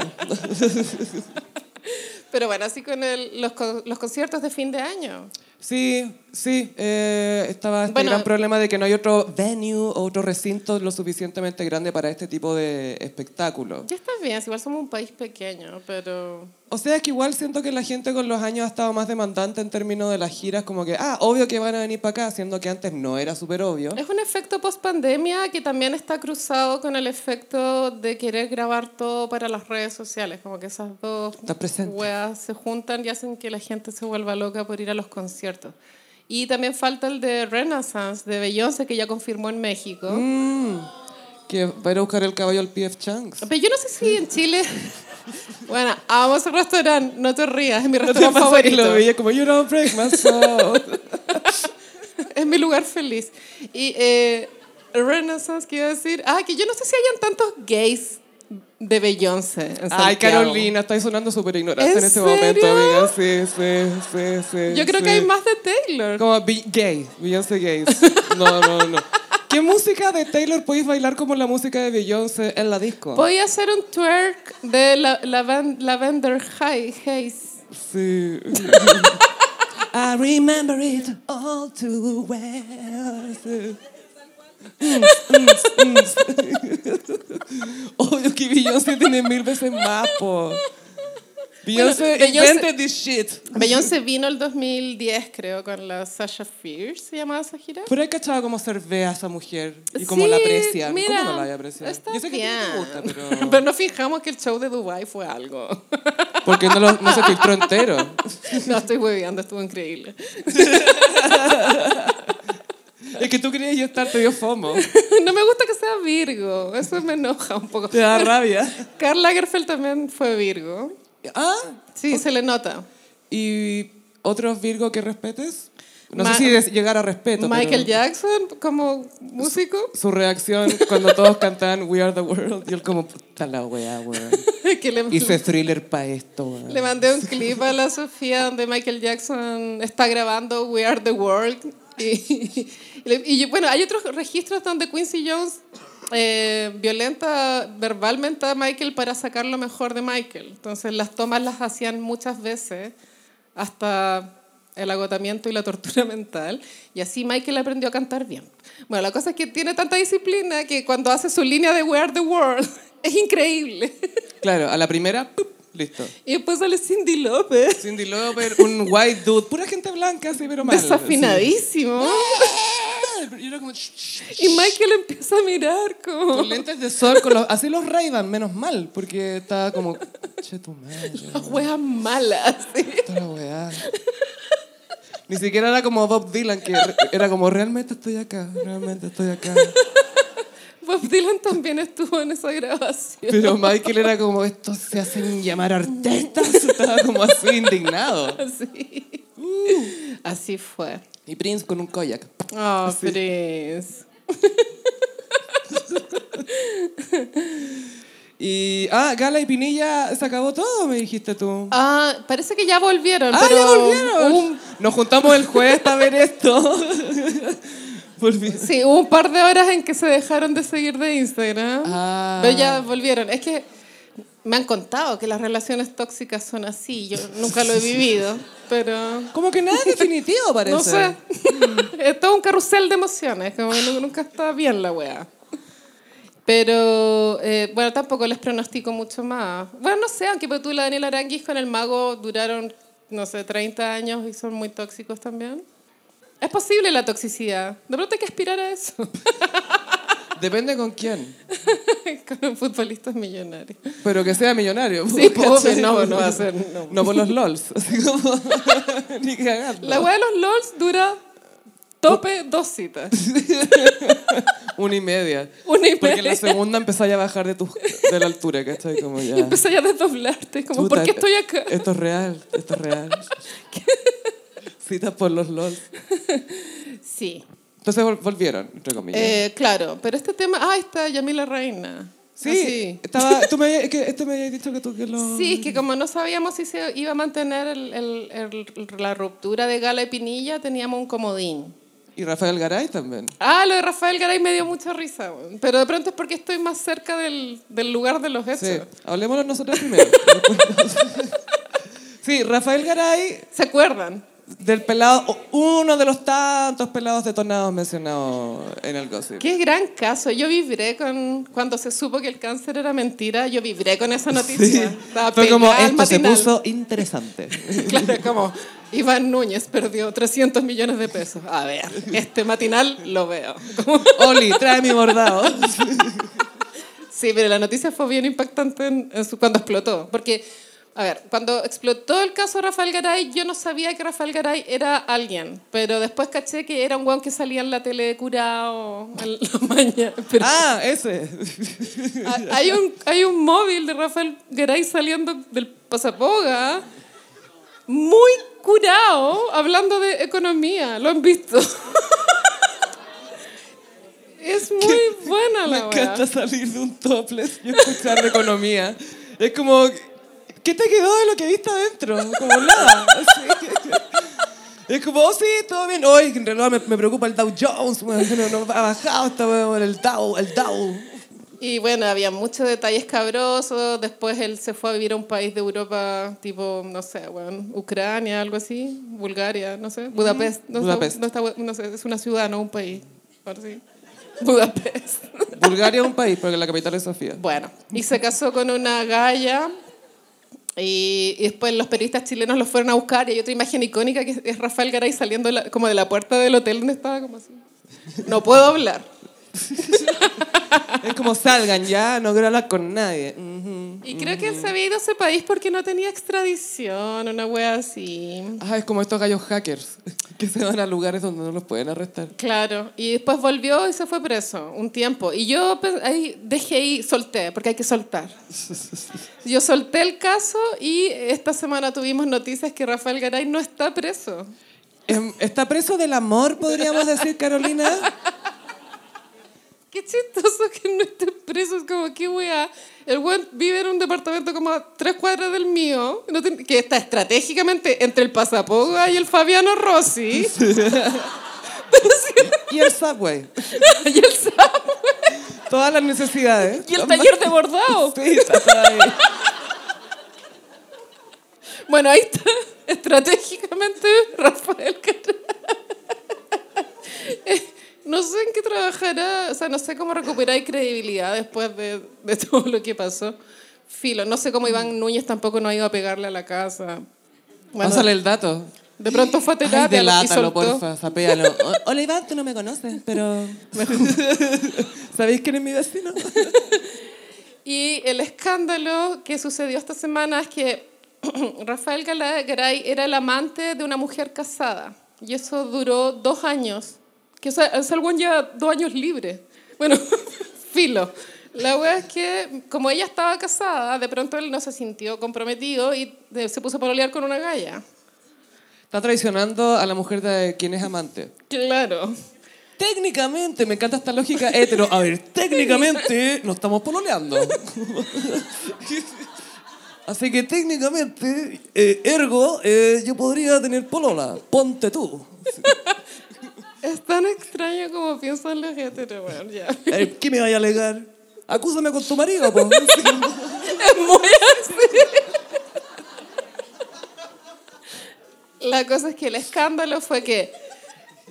Pero bueno, así con el- los, con- los conciertos de fin de año. Sí, sí, eh, estaba este Bueno. gran problema de que no hay otro venue o otro recinto lo suficientemente grande para este tipo de espectáculo. Ya está bien, igual somos un país pequeño, pero... O sea, es que igual siento que la gente con los años ha estado más demandante en términos de las giras, como que, ah, obvio que van a venir para acá, siendo que antes no era súper obvio. Es un efecto post pandemia que también está cruzado con el efecto de querer grabar todo para las redes sociales. Como que esas dos Está presente. weas se juntan y hacen que la gente se vuelva loca por ir a los conciertos. Y también falta el de Renaissance de Beyoncé que ya confirmó en México. Mm, que va a ir a buscar el caballo al PF Chang's. Pero yo no sé si en Chile. Bueno, amo ese restaurante, no te rías, es mi ¿No te restaurante pasa que favorito. lo veía como, you don't break my soul"? Es mi lugar feliz. Y eh, Renaissance, quiero decir. Ah, que yo no sé si hayan tantos gays de Beyoncé. en Ay, Santiago. Carolina, estáis sonando súper ignorante en, ¿En este serio? momento, amiga. Sí, sí, sí, sí. Yo creo sí. que hay más de Taylor. Como bi- gay, Beyoncé gays. No, no, no. ¿Qué música de Taylor podéis bailar como la música de Beyoncé en la disco? Voy a hacer un twerk de la, Lavan- Lavender High Haze. Sí. I remember it all too well. Sí. Mm, mm, Oh, mm. Obvio que Beyoncé tiene mil veces más, po. Beyoncé Beyoncé- invented this shit. Beyoncé vino el 2010, creo, con la Sasha Fierce, se llamaba esa gira. Pero he cachado cómo se ve a esa mujer y cómo Sí, la aprecian. mira, ¿Cómo no la hay apreciado? está Yo sé que a ti no te gusta, bien. pero... Pero nos fijamos que el show de Dubai fue algo. Porque no, lo- no se filtró entero. No, estoy hueveando, estuvo increíble. Es que tú querías ya estar, te dio fomo. No me gusta que sea Virgo, eso me enoja un poco. Te da rabia. Karl Lagerfeld también fue Virgo. Ah, Sí, se le nota. ¿y otros Virgo que respetes? No Ma- sé si des- llegar a respeto, Michael pero Jackson como músico, su reacción cuando todos cantaban We Are The World y él como, puta la weá, weón. que le, Hice thriller pa' esto, weón. le mandé un clip a la Sofía donde Michael Jackson está grabando We Are The World. Y, y- y bueno, hay otros registros donde Quincy Jones eh, violenta verbalmente a Michael para sacar lo mejor de Michael. Entonces las tomas las hacían muchas veces hasta el agotamiento y la tortura mental. Y así Michael aprendió a cantar bien. Bueno, la cosa es que tiene tanta disciplina que cuando hace su línea de We Are The World es increíble. Claro, a la primera, ¡pup! listo. Y después sale Cindy López. Cindy Lauper, un white dude, pura gente blanca, sí, pero mal. Desafinadísimo. Sí. Y era como, "Shh, shh, shh". Y Michael empieza a mirar como... Con lentes de sol, con los- así los ray menos mal, porque estaba como, che tu madre, Juegas malas. esta la weá. Ni siquiera era como Bob Dylan, que re- era como, realmente estoy acá, realmente estoy acá. Bob Dylan también estuvo en esa grabación. Pero Michael era como, estos se hacen llamar artistas, estaba como así indignado. Así. Uh. Así fue. Y Prince con un kayak. Oh, Prince. Y, ah, Gala y Pinilla, se acabó todo, me dijiste tú. Ah, parece que ya volvieron. ¡Ah, pero ya volvieron! hubo un- Nos juntamos el jueves para ver esto. Por fin. sí, hubo un par de horas en que se dejaron de seguir de Instagram. Ah. Pero ya volvieron. Es que me han contado que las relaciones tóxicas son así. Yo nunca lo he vivido, pero... Como que nada es definitivo parece. No sé. es todo un carrusel de emociones. Como que nu- nunca está bien la wea. Pero, eh, bueno, tampoco les pronostico mucho más. Bueno, no sé, aunque pues, tú y la Daniela Aranguis con el mago duraron, no sé, 30 años y son muy tóxicos también. Es posible la toxicidad. De pronto hay que aspirar a eso. Depende con quién. con un futbolista millonario. Pero que sea millonario. Sí, ¿cachai? pobre, no, no va a ser, no. No por los LOLs. Así como- Ni cagando. La wea de los LOLs dura tope dos citas. Una y media. Una y Porque en media. la segunda empezáis a bajar de, tu, de la altura, ¿cachai? Como ya. Y empecé ya a desdoblarte. Como, Chuta, ¿por qué estoy acá? Esto es real, esto es real. Citas por los LOLs. Sí, Entonces vol- volvieron, entre comillas. Eh, claro, pero este tema, ah, está Yamila Reina. Sí, Mm. Así. estaba, tú me, habías- es que esto me habías dicho que tú que lo... Sí, es que como no sabíamos si se iba a mantener el- el- el- la ruptura de Gala y Pinilla, teníamos un comodín. Y Rafael Garay también. Ah, lo de Rafael Garay me dio mucha risa, weón. pero de pronto es porque estoy más cerca del, del lugar de los Sí, hechos. hablemoslo nosotros primero. sí, Rafael Garay, ¿Se acuerdan? del pelado, uno de los tantos pelados detonados mencionados en el gossip. Qué gran caso. Yo vibré con. Cuando se supo que el cáncer era mentira, yo vibré con esa noticia. Estaba Fue como, pegada al esto matinal. se puso interesante. Claro, como Iván Núñez perdió 300 millones de pesos. A ver, este matinal lo veo. Como- Oli, trae mi bordado. Sí, pero la noticia fue bien impactante en- en su- cuando explotó. Porque, a ver, cuando explotó el caso Rafael Garay, yo no sabía que Rafael Garay era alguien. Pero después caché que era un guau que salía en la tele de curado en la mañana. Pero ah, ese. ha- hay, un, hay un móvil de Rafael Garay saliendo del pasapoga. Muy curado, hablando de economía, lo han visto. es muy buena Me la wea. encanta salir de un topless y escuchar de economía. Es como, ¿qué te quedó de lo que viste adentro? Como nada. Así. Es como, oh, sí, todo bien. Hoy en realidad me, me preocupa el Dow Jones. weón, que No, no ha bajado esta weón, el Dow, el Dow. Y bueno, había muchos detalles cabrosos. Después él se fue a vivir a un país de Europa, tipo, no sé, bueno, Ucrania, algo así, Bulgaria, no sé, Budapest. No, Budapest. Está, no, está- no sé, es una ciudad, no un país. Ahora sí. Budapest. Bulgaria es un país, porque la capital es Sofía. Bueno, y se casó con una galla Y, y después los periodistas chilenos los fueron a buscar y hay otra imagen icónica que es- es Rafael Garay saliendo la- como de la puerta del hotel donde estaba como así. No puedo hablar. Es como salgan ya, no quiero hablar con nadie. Ujú. Y creo que él se había ido a ese país porque no tenía extradición, una wea así. Ah, es como estos gallos hackers que se van a lugares donde no los pueden arrestar. Claro, y después volvió y se fue preso un tiempo. Y yo pe- ahí dejé ahí, solté, porque hay que soltar. Yo solté el caso y esta semana tuvimos noticias que Rafael Garay no está preso. Em, ¿Está preso del amor, podríamos decir, Carolina? Qué chistoso que no esté preso, es como, qué weá. El weón vive en un departamento como a tres cuadras del mío, no tiene- que está estratégicamente entre el Pasapoga y el Fabiano Rossi. Y el subway. y el Sam, Todas las necesidades. y el taller de bordado. Sí, está todo ahí. Bueno, ahí está estratégicamente Rafael Carrá. Eh, No sé en qué trabajará, o sea, no sé cómo recuperar credibilidad después de, de todo lo que pasó. Filo, no sé cómo Iván Núñez tampoco no ha ido a pegarle a la casa. Bueno, Pásale el dato. de pronto fue a terapia Ay, y delátalo, soltó. porfa, sapéalo. O- Hola, Iván, tú no me conoces, pero... ¿Sabéis quién es mi vecino? Y el escándalo que sucedió esta semana es que Rafael Gala- Garay era el amante de una mujer casada. Y eso duró dos años. Que o sea, ese algún ya dos años libre. Bueno, filo. La wea es que, como ella estaba casada, de pronto él no se sintió comprometido y de- se puso a pololear con una galla. Está traicionando a la mujer de quien es amante. Claro. Técnicamente, me encanta esta lógica hetero. A ver, técnicamente no estamos pololeando. Así que técnicamente, eh, ergo, eh, yo podría tener polola. Ponte tú. Es tan extraño como piensan los heteros, weón, ya. Eh, ¿Qué me vaya a alegar? Acúsame con tu marido, po. Es muy así. La cosa es que el escándalo fue que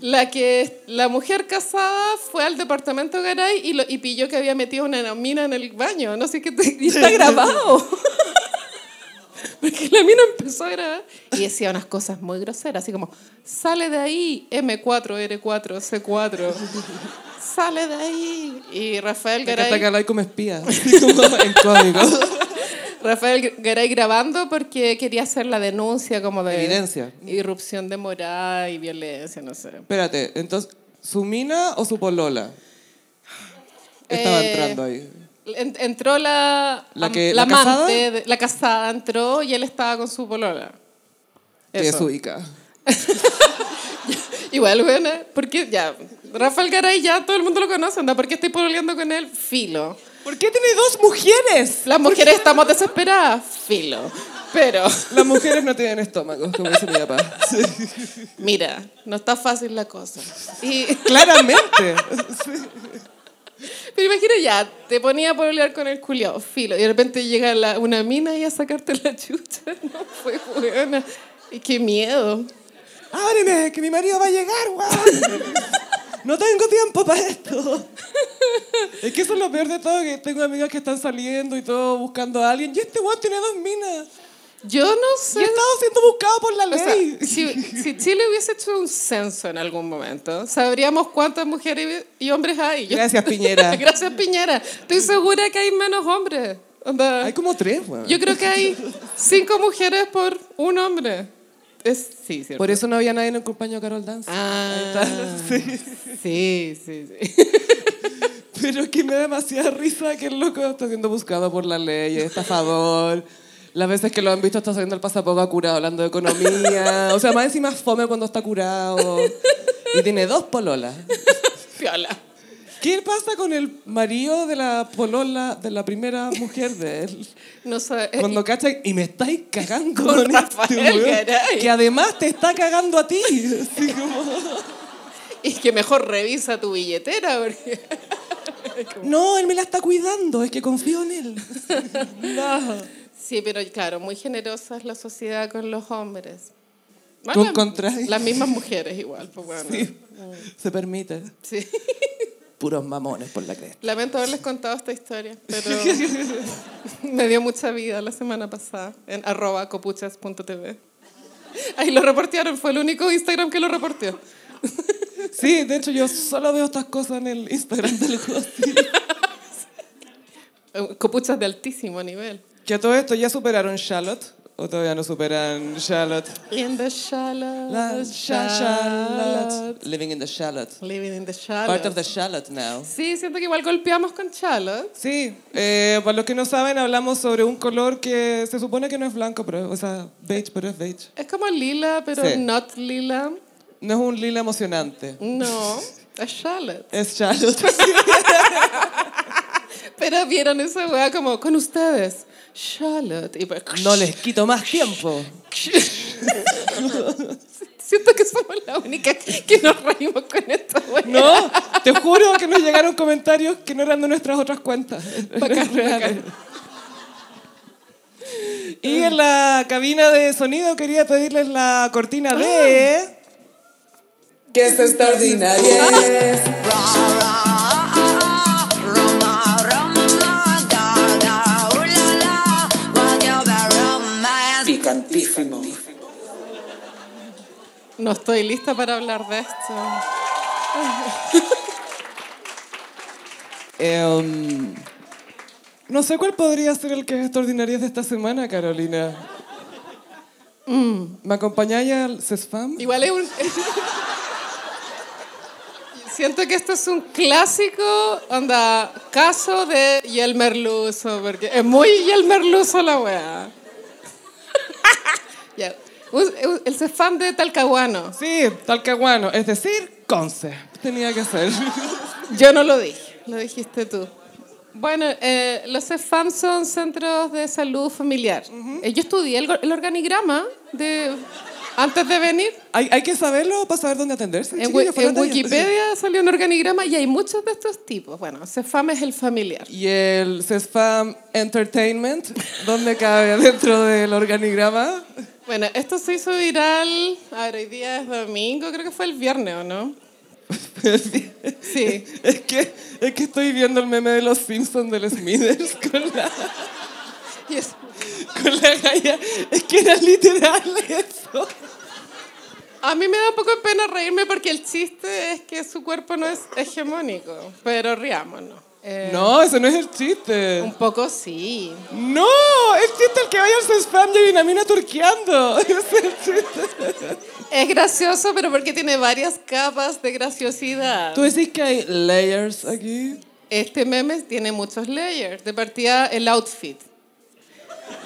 la, que, la mujer casada fue al departamento Garay y, lo, y pilló que había metido una mina en el baño. No sé qué. te- y está grabado. Porque la mina empezó a grabar y decía unas cosas muy groseras, así como, sale de ahí, M4, R4, C4, sale de ahí. Y Rafael Me encanta Garay... que habláis como espía. así como en código. Rafael Garay grabando porque quería hacer la denuncia como de Evidencia. irrupción de morada y violencia, no sé. Espérate, entonces, ¿su mina o su polola? Estaba Eh, entrando ahí. En- entró la, ¿La que- la la casada? amante, de- la casada entró y él estaba con su polola. Te Eso. desubica. Igual, bueno, porque ya, Rafael Garay ya todo el mundo lo conoce, anda, ¿por qué estoy pololeando con él? Filo. ¿Por qué tiene dos mujeres? Las mujeres estamos desesperadas, filo. Pero, Las mujeres no tienen estómago, como dice mi papá. Sí. mira, no está fácil la cosa. Y... Claramente. Pero imagina ya, te ponía a pololear con el culiao, filo, y de repente llega la- una mina y a sacarte la chucha. No fue buena. Y qué miedo. Ábreme, que mi marido va a llegar, guau. No tengo tiempo para esto. Es que eso es lo peor de todo, que tengo amigas que están saliendo y todo buscando a alguien. Y este guau tiene dos minas. Yo no sé. Y he estado siendo buscado por la O sea, ley. si, si Chile hubiese hecho un censo en algún momento, sabríamos cuántas mujeres y y hombres hay. Yo- Gracias, Piñera. Gracias, Piñera. Estoy segura que hay menos hombres. Onda, Hay como tres, weón. Yo creo que hay cinco mujeres por un hombre. Es, sí, cierto. Por eso no había nadie en el compañero Carol Dance. Ah, sí, sí, sí. Pero es que me da demasiada risa que el loco está siendo buscado por la ley, es estafador. Las veces que lo han visto está saliendo el pasapoga curado hablando de economía. O sea, más encima es fome cuando está curado. Y tiene dos pololas. Piola. ¿Qué pasa con el marido de la polola de la primera mujer de él? No sé. eh, Cuando cacha y me estáis cagando Con con, este Rafael weón, Garay. que además te está cagando a ti. Así como, Y que mejor revisa tu billetera. Porque... no, él me la está cuidando, es que confío en él. No. Sí, pero claro, muy generosa es la sociedad con los hombres. Tú las- encontrás. Las mismas mujeres igual, pues bueno. Sí, se permite. Sí. puros mamones por la cresta. Lamento haberles contado esta historia, pero me dio mucha vida la semana pasada en arroba copuchas.tv. Ahí lo reportearon, fue el único Instagram que lo reporteó. Sí, de hecho yo solo veo estas cosas en el Instagram del hostil. Eh, Copuchas de altísimo nivel. Que a todo esto ya superaron Charlotte. O todavía no superan Charlotte. In the Charlotte. La Sha- Charlotte. Living in the Charlotte. Living in the Charlotte. Part of the Charlotte now. Sí, siento que igual golpeamos con Charlotte. Sí, eh, para los que no saben, hablamos sobre un color que se supone que no es blanco, pero, o sea, beige, pero es beige. Es como lila, pero Sí. not lila. No es un lila emocionante. No, es Charlotte. Es Charlotte. Pero vieron esa weá como con ustedes. Charlotte. Y pues, No les quito más tiempo. Siento que somos la única que nos reímos con esta weá. No, te juro que nos llegaron comentarios que no eran de nuestras otras cuentas. Bacán, bacán. Y en la cabina de sonido quería pedirles la cortina de... Que es extraordinaria. Picantísimo. No estoy lista para hablar de esto. Em, no sé cuál podría ser el que es extraordinaria de esta semana, Carolina. ¿Me acompañáis al CESFAM? Igual es un... Siento que esto es un clásico, onda, caso de Yelmer Luso, porque es muy Yelmer Luso la weá. Ya. Un- un- El cefán de Talcahuano. Sí, talcahuano, es decir, Conce. Tenía que ser. Yo no lo dije, lo dijiste tú. Bueno, eh, los CEFAM son centros de salud familiar. Eh, Yo estudié el, go- el organigrama de, antes de venir. ¿Hay, hay que saberlo para saber dónde atenderse. En, chiquillos, wi- fuera en talla. Wikipedia salió un organigrama y hay muchos de estos tipos. Bueno, CEFAM es el familiar. Y el CESFAM Entertainment, ¿dónde cabe dentro del organigrama? Bueno, esto se hizo viral, a ver, hoy día es domingo, creo que fue el viernes, ¿o no? Sí. Es que, es que estoy viendo el meme de los Simpsons del Smithers con la, Y es- con la galla. Es que era literal eso. a mí me da un poco de pena reírme porque el chiste es que su cuerpo no es hegemónico, pero riámonos. Eh, No, eso no es el chiste. Un poco sí. No, el chiste es el que vaya al CESFAM de Dinamina turqueando. Ese Es el chiste. Es gracioso, pero porque tiene varias capas de graciosidad. Tú decís que hay layers aquí. Este meme tiene muchos layers. De partida, el outfit.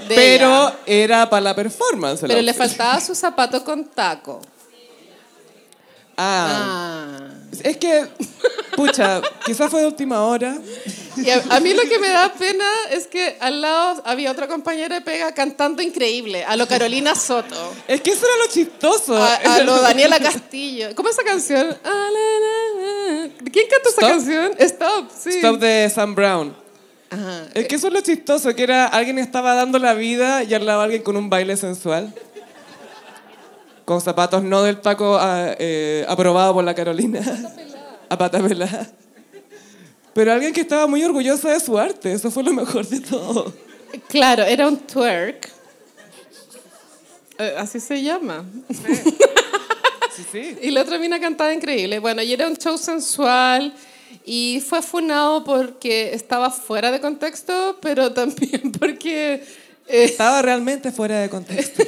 de Pero ella. era para la performance. el pero le outfit. faltaba su zapato con taco. Ah. Ah. Es que, pucha, quizás fue de última hora. Y a, a mí lo que me da pena es que al lado había otra compañera de pega cantando increíble, a lo Carolina Soto, Es que eso era lo chistoso. a, a lo Daniela Castillo. ¿Cómo esa canción? Ah, la, la, la. ¿Quién canta esa Stop. canción? Stop, sí. Stop de Sam Brown. Ajá. Es que eso es lo chistoso, que era alguien estaba dando la vida y al lado alguien con un baile sensual. Con zapatos no del taco ah, eh, aprobado por la Carolina. A pata pelada. Pero alguien que estaba muy orgullosa de su arte, eso fue lo mejor de todo. Claro, era un twerk. Eh, Así se llama. Sí, sí. Y la otra mina cantaba increíble. Bueno, y era un show sensual y fue funado porque estaba fuera de contexto, pero también porque... eh, Estaba realmente fuera de contexto.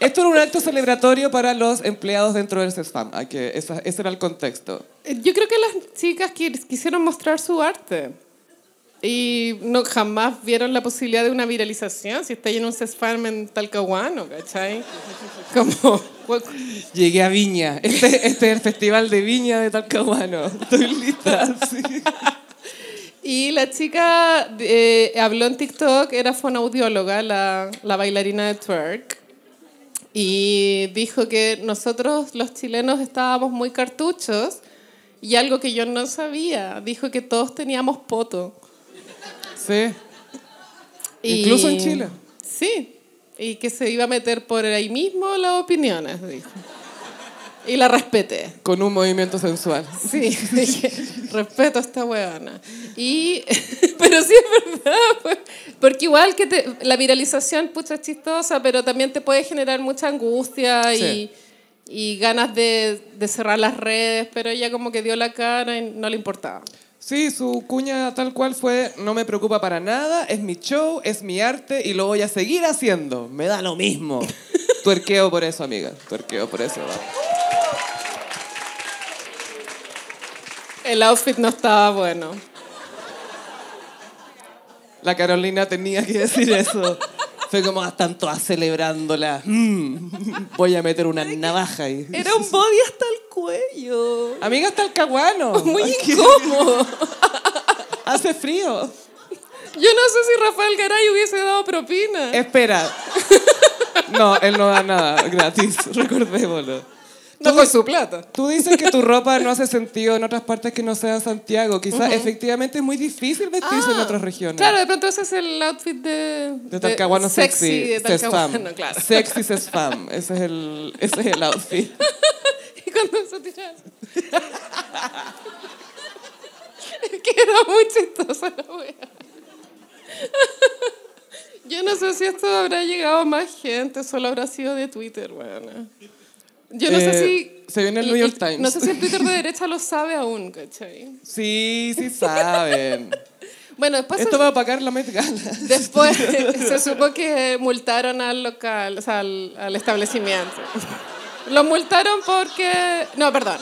Esto era un acto celebratorio para los empleados dentro del CESFAM. hay que- esa- ese era el contexto. yo creo que las chicas qui- quisieron mostrar su arte y no jamás vieron la posibilidad de una viralización si está en un sesfarm en Talcahuano, ¿cachai? Como... Llegué a Viña. Este, este es el festival de Viña de Talcahuano. Estoy lista. sí. Y la chica eh, habló en TikTok, era fonoaudióloga, la, la bailarina de twerk, y dijo que nosotros los chilenos estábamos muy cartuchos y algo que yo no sabía, dijo que todos teníamos poto. Sí. Y- Incluso en Chile. Sí, y que se iba a meter por ahí mismo las opiniones, dijo. Y la respeté. Con un movimiento sensual. Sí, dije, respeto a esta weona. Y, pero sí es verdad, pues, porque igual que te- la viralización, pucha, es chistosa, pero también te puede generar mucha angustia Sí. y, y ganas de, de cerrar las redes, pero ella como que dio la cara y no le importaba. Sí, su cuña tal cual fue, no me preocupa para nada, es mi show, es mi arte y lo voy a seguir haciendo. Me da lo mismo. Tuerqueo por eso, amiga. Tuerqueo por eso. va. El outfit no estaba bueno. La Carolina tenía que decir eso. Fue como, ah, están todas celebrándola. Mm, Voy a meter una navaja ahí. Era un body hasta el cuello. Amiga, está el caguano. Muy Aquí incómodo. Hace frío. Yo no sé si Rafael Garay hubiese dado propina. Espera. No, él no da nada gratis, recordémoslo. No con su plata. Tú dices que tu ropa no hace sentido en otras partes que no sean Santiago. Quizás efectivamente es muy difícil vestirse en Ah, otras regiones. Claro, de pronto ese es el outfit de... De Talcahuano sexy, de Talcahuano, Sesfam. claro. Sexy Sesfam. Ese es el, ese es el outfit. Y cuando se tiraron... Es que era muy chistosa la wea. Yo no sé si esto habrá llegado a más gente, solo habrá sido de Twitter, bueno. Yo no sé Eh, si... se viene el New York Times. No sé si el Twitter de derecha lo sabe aún, ¿cachai? Sí, sí saben. Bueno, después... Esto se- va a pagar la Met Gala. Después se supo que multaron al local, o sea, al, al establecimiento. Lo multaron porque... No, perdón.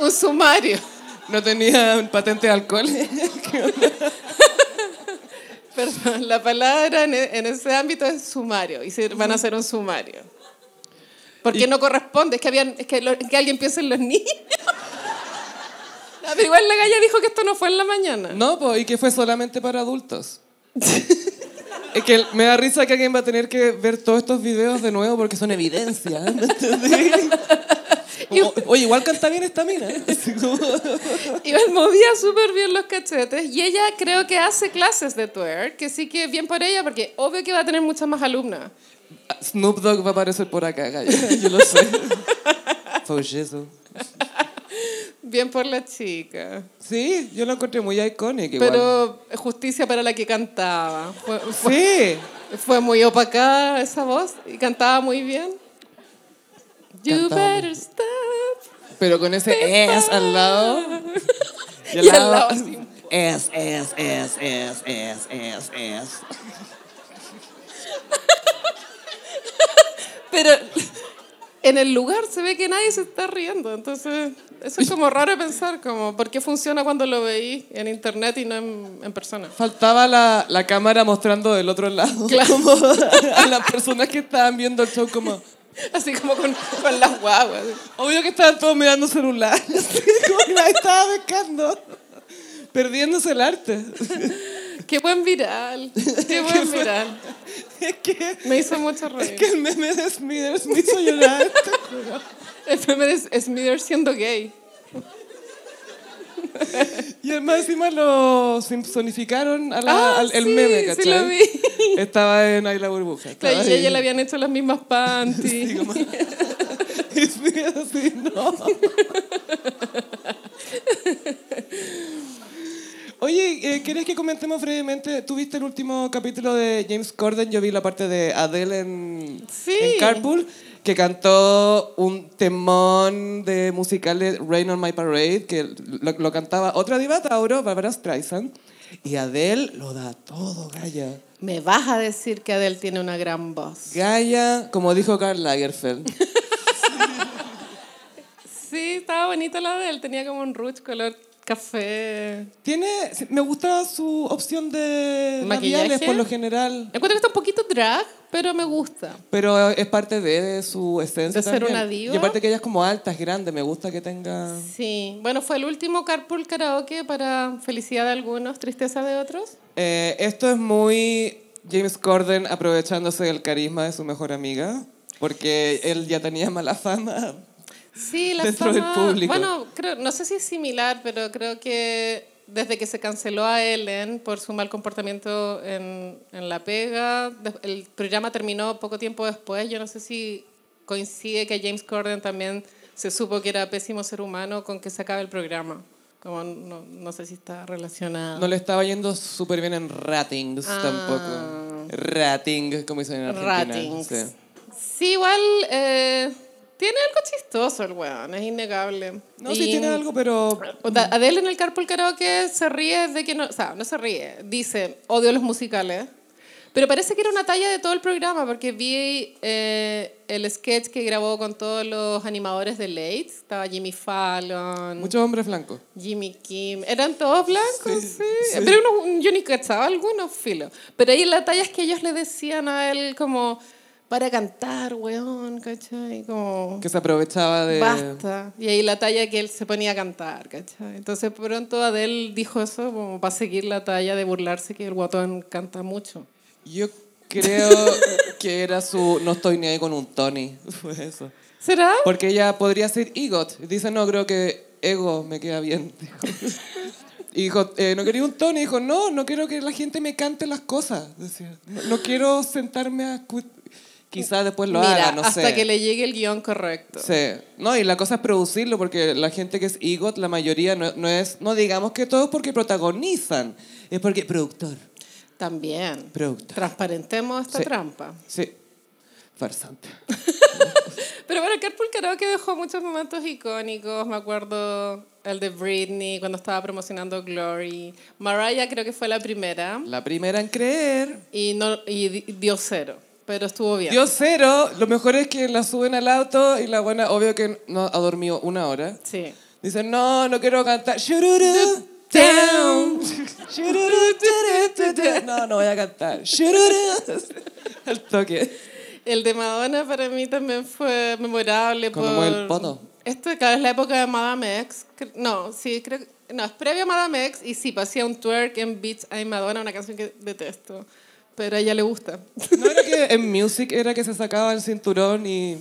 Un sumario. No tenían patente de alcohol. Perdón, la palabra en, e- en ese ámbito es sumario. Y se van a hacer un sumario. Porque Y- no corresponde, es que, habían, es que, lo- que alguien piensa en los niños. No, pero igual la galla dijo que esto no fue en la mañana. No, po, y que fue solamente para adultos. Es que me da risa que alguien va a tener que ver todos estos videos de nuevo porque son evidencia. ¿me entendí? Como, Oye, igual canta bien esta mina. Así como- Y me movía súper bien los cachetes. Y ella creo que hace clases de twerk, que sí que bien por ella, porque obvio que va a tener muchas más alumnas. Snoop Dogg va a aparecer por acá, gallo. Yo lo sé. Fue eso. Bien por la chica. Sí, yo lo encontré muy icónico. igual. Pero justicia para la que cantaba. Fue, fue- Sí. fue muy opacada esa voz y cantaba muy bien. You Cantaba muy- better stop. Pero con ese es al lado. Y al lado así. Es, es, es, es, es, es, es. Pero en el lugar se ve que nadie se está riendo. Entonces, eso es como raro de pensar, como, ¿por qué funciona cuando lo veí en internet y no en- en persona? Faltaba la, la cámara mostrando del otro lado. Claro. Como a las personas que estaban viendo el show como... Así como con, con las guaguas. Obvio que estaban todos mirando celular. así como que nadie estaba pescando. Perdiéndose el arte. Qué buen viral. Qué buen fue- viral. Es que, Me hizo mucho reír. es que el meme de Smithers me hizo llorar. te juro. El primer es Smithers siendo gay. Y además encima lo simpsonificaron a la- Ah, al el sí, meme, sí ¿cachai? lo vi. Estaba en Ay la Burbuja. estaba Claro, y a ella ahí. le habían hecho las mismas panties. Y Smithers así, no. Oye, eh, ¿quieres que comentemos brevemente? ¿Tú viste el último capítulo de James Corden? Yo vi la parte de Adele en, Sí. en Carpool, que cantó un temón de musical de Rain on My Parade, que lo, lo cantaba otra divata, Auro, Barbara Streisand. Y Adele lo da todo, Gaya. Me vas a decir que Adele tiene una gran voz. Gaya, como dijo Karl Lagerfeld. Sí, estaba bonita la Adele. Tenía como un rouge color café. Tiene, me gusta su opción de ¿Maquillaje? labiales por lo general, Encuentro que está un poquito drag, pero me gusta. pero es parte de, de su esencia. De ser también. una diva. Y aparte que ella es como alta, es grande, me gusta que tenga... Sí. Bueno, fue el último Carpool Karaoke para felicidad de algunos, tristeza de otros. Eh, esto es muy James Corden aprovechándose del carisma de su mejor amiga, porque él ya tenía mala fama. Sí, la dentro del fama- público. Bueno, creo, no sé si es similar, pero creo que desde que se canceló a Ellen por su mal comportamiento en, en La Pega, de- el programa terminó poco tiempo después. Yo no sé si coincide que James Corden también se supo que era pésimo ser humano con que se acabe el programa. Como no, no sé si está relacionado. No le estaba yendo súper bien en ratings Ah. tampoco. Rating, como dicen en Argentina. Ratings. Sí. Sí, igual eh, tiene algo chistoso el weón, es innegable. No, sí Y- tiene algo, pero... O da- Adele en el Carpool Karaoke se ríe de que no, o sea, no se ríe, dice, odio los musicales. Pero parece que era una talla de todo el programa, porque vi eh, el sketch que grabó con todos los animadores de Late. Estaba Jimmy Fallon, Muchos hombres blancos. Jimmy Kim. Eran todos blancos, sí. Pero uno- yo ni cachaba algunos, filo. Pero ahí la talla es que ellos le decían a él como, para cantar, weón, ¿cachai? Como... Que se aprovechaba de... Basta. Y ahí la talla que él se ponía a cantar, ¿cachai? Entonces pronto Adele dijo eso como para seguir la talla de burlarse que el guatón canta mucho. Yo creo que era su... No estoy ni ahí con un Tony. Fue eso. ¿Será? Porque ella podría ser Egot. Dice, no, creo que Ego me queda bien. dijo. Y dijo, eh, no quería un Tony. Dijo, no, no quiero que la gente me cante las cosas. Decía, no, no quiero sentarme a... escu- Quizás después lo Mira, haga, no hasta sé. que le llegue el guión correcto. Sí. No, y la cosa es producirlo, porque la gente que es EGOT, la mayoría no, no es, no digamos que todos porque protagonizan, es porque productor, También. productor. Transparentemos esta Sí. trampa. Sí. Farsante. Pero bueno, Carpool Karaoke dejó muchos momentos icónicos. Me acuerdo el de Britney cuando estaba promocionando Glory. Mariah creo que fue la primera La primera en creer. y, no, y di- dio cero, pero estuvo bien. Dios cero, lo mejor es que la suben al auto y la buena, obvio que no ha dormido una hora. Sí. Dicen, no, no quiero cantar. Shururu, down. Shururu, turu, turu, turu. No, no voy a cantar. Shururu. Al toque. El de Madonna para mí también fue memorable. Cuando por... mueve el poto. Esto, claro, es la época de Madame X. Cre- No, sí, creo que... No, es previo a Madame X y sí, pasé un twerk en Beats a Madonna, una canción que detesto. Pero a ella le gusta. No era que en Music era que se sacaba el cinturón y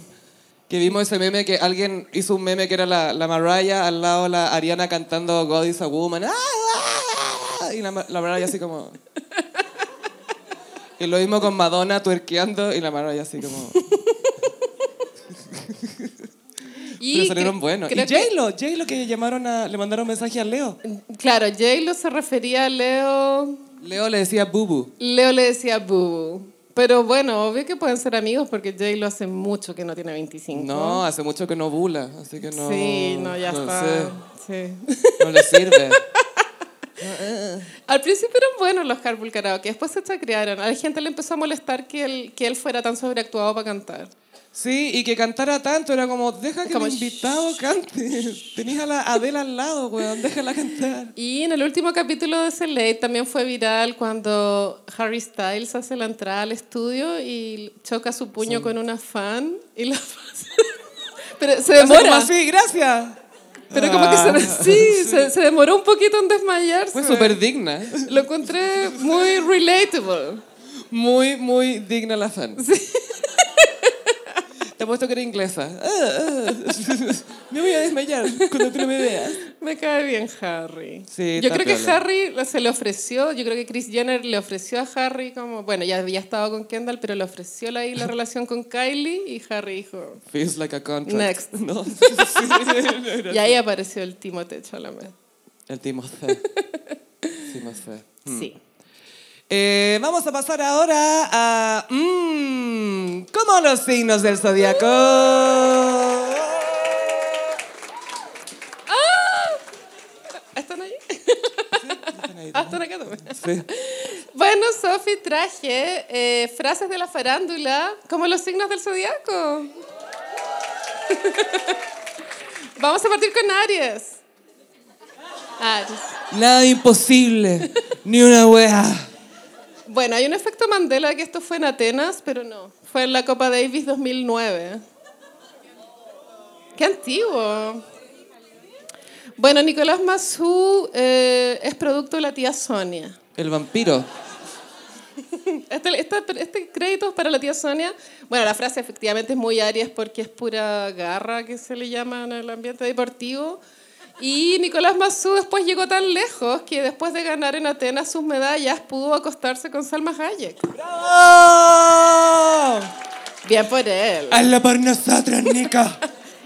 que vimos ese meme que alguien hizo un meme que era la, la Mariah al lado la Ariana cantando God is a Woman. ¡Ah, ah, ah! Y la, Ma- la Mariah así como... Y lo mismo con Madonna tuerqueando y la Mariah así como... Y Pero salieron cre- buenos. Y creo que- J-Lo, J-Lo que llamaron a... Le mandaron mensaje a Leo. Claro, J-Lo se refería a Leo. Leo le decía Bubu. Leo le decía Bubu. Pero bueno, obvio que pueden ser amigos porque J-Lo hace mucho que no tiene 25. No, hace mucho que no bula, así que no... Sí, no, ya no está. sé, Sí. no le sirve. Al principio eran buenos los Carpool Karaoke, después se chacrearon. A la gente le empezó a molestar que él, que él fuera tan sobreactuado para cantar. Sí, y que cantara tanto, era como, deja que Como, el invitado cante. Tenías a la Adela al lado, weón, déjala cantar. Y en el último capítulo de Select también fue viral cuando Harry Styles hace la entrada al estudio y choca su puño con una fan y la Pero se Hace como demora. así, gracias. Pero como que Ah. se, sí, se, se demoró un poquito en desmayarse. Fue súper digna. Lo encontré muy relatable. Muy, muy digna la fan. Te apuesto que era inglesa. Ah, ah. me voy a desmayar cuando tú no me veas. Me cae bien Harry. Sí, yo está creo que piola. Harry se le ofreció, yo creo que Chris Jenner le ofreció a Harry como, bueno, ya había estado con Kendall, pero le ofreció la- ahí la relación con Kylie y Harry dijo. Feels like a contract. Next. No. Sí. Y ahí apareció el Timothée Chalamet. El Timothy. Timothy. Sí. Eh, vamos a pasar ahora a. Mmm, ¿Cómo los signos del zodiaco? ¿Están ahí? ahí, Ah, están acá también. Sí. Bueno, Sofi, traje eh, frases de la farándula como los signos del zodiaco. Vamos a partir con Aries. Aries. Nada imposible, ni una wea. Bueno, hay un efecto Mandela que esto fue en Atenas, pero no. Fue en la Copa Davis 2009. Qué antiguo. Bueno, Nicolás Mazú eh, es producto de la tía Sonia. El vampiro. Este, esta- este crédito es para la tía Sonia. Bueno, la frase efectivamente es muy Aries porque es pura garra que se le llama en el ambiente deportivo. Y Nicolás Mazú después llegó tan lejos que después de ganar en Atenas sus medallas pudo acostarse con Salma Hayek. ¡Bravo! Bien por él. Hazlo por nosotros, Nico.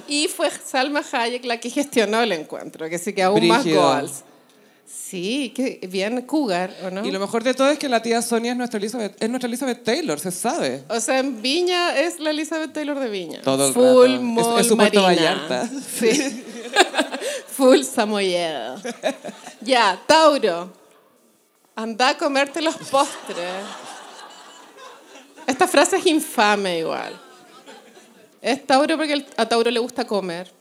Y fue Salma Hayek la que gestionó el encuentro, que sí que aún Brígido. más goals. Sí, que bien cougar, ¿o no? Y lo mejor de todo es que la tía Sonia es nuestra Elizabeth, es nuestra Elizabeth Taylor, se sabe. O sea, en Viña es la Elizabeth Taylor de Viña. Todo el Full rato. mall Es- es su Puerto marina. Vallarta. Sí. Full samoyedo. ya, Tauro. Anda a comerte los postres. Esta frase es infame igual. Es Tauro porque el- a Tauro le gusta comer.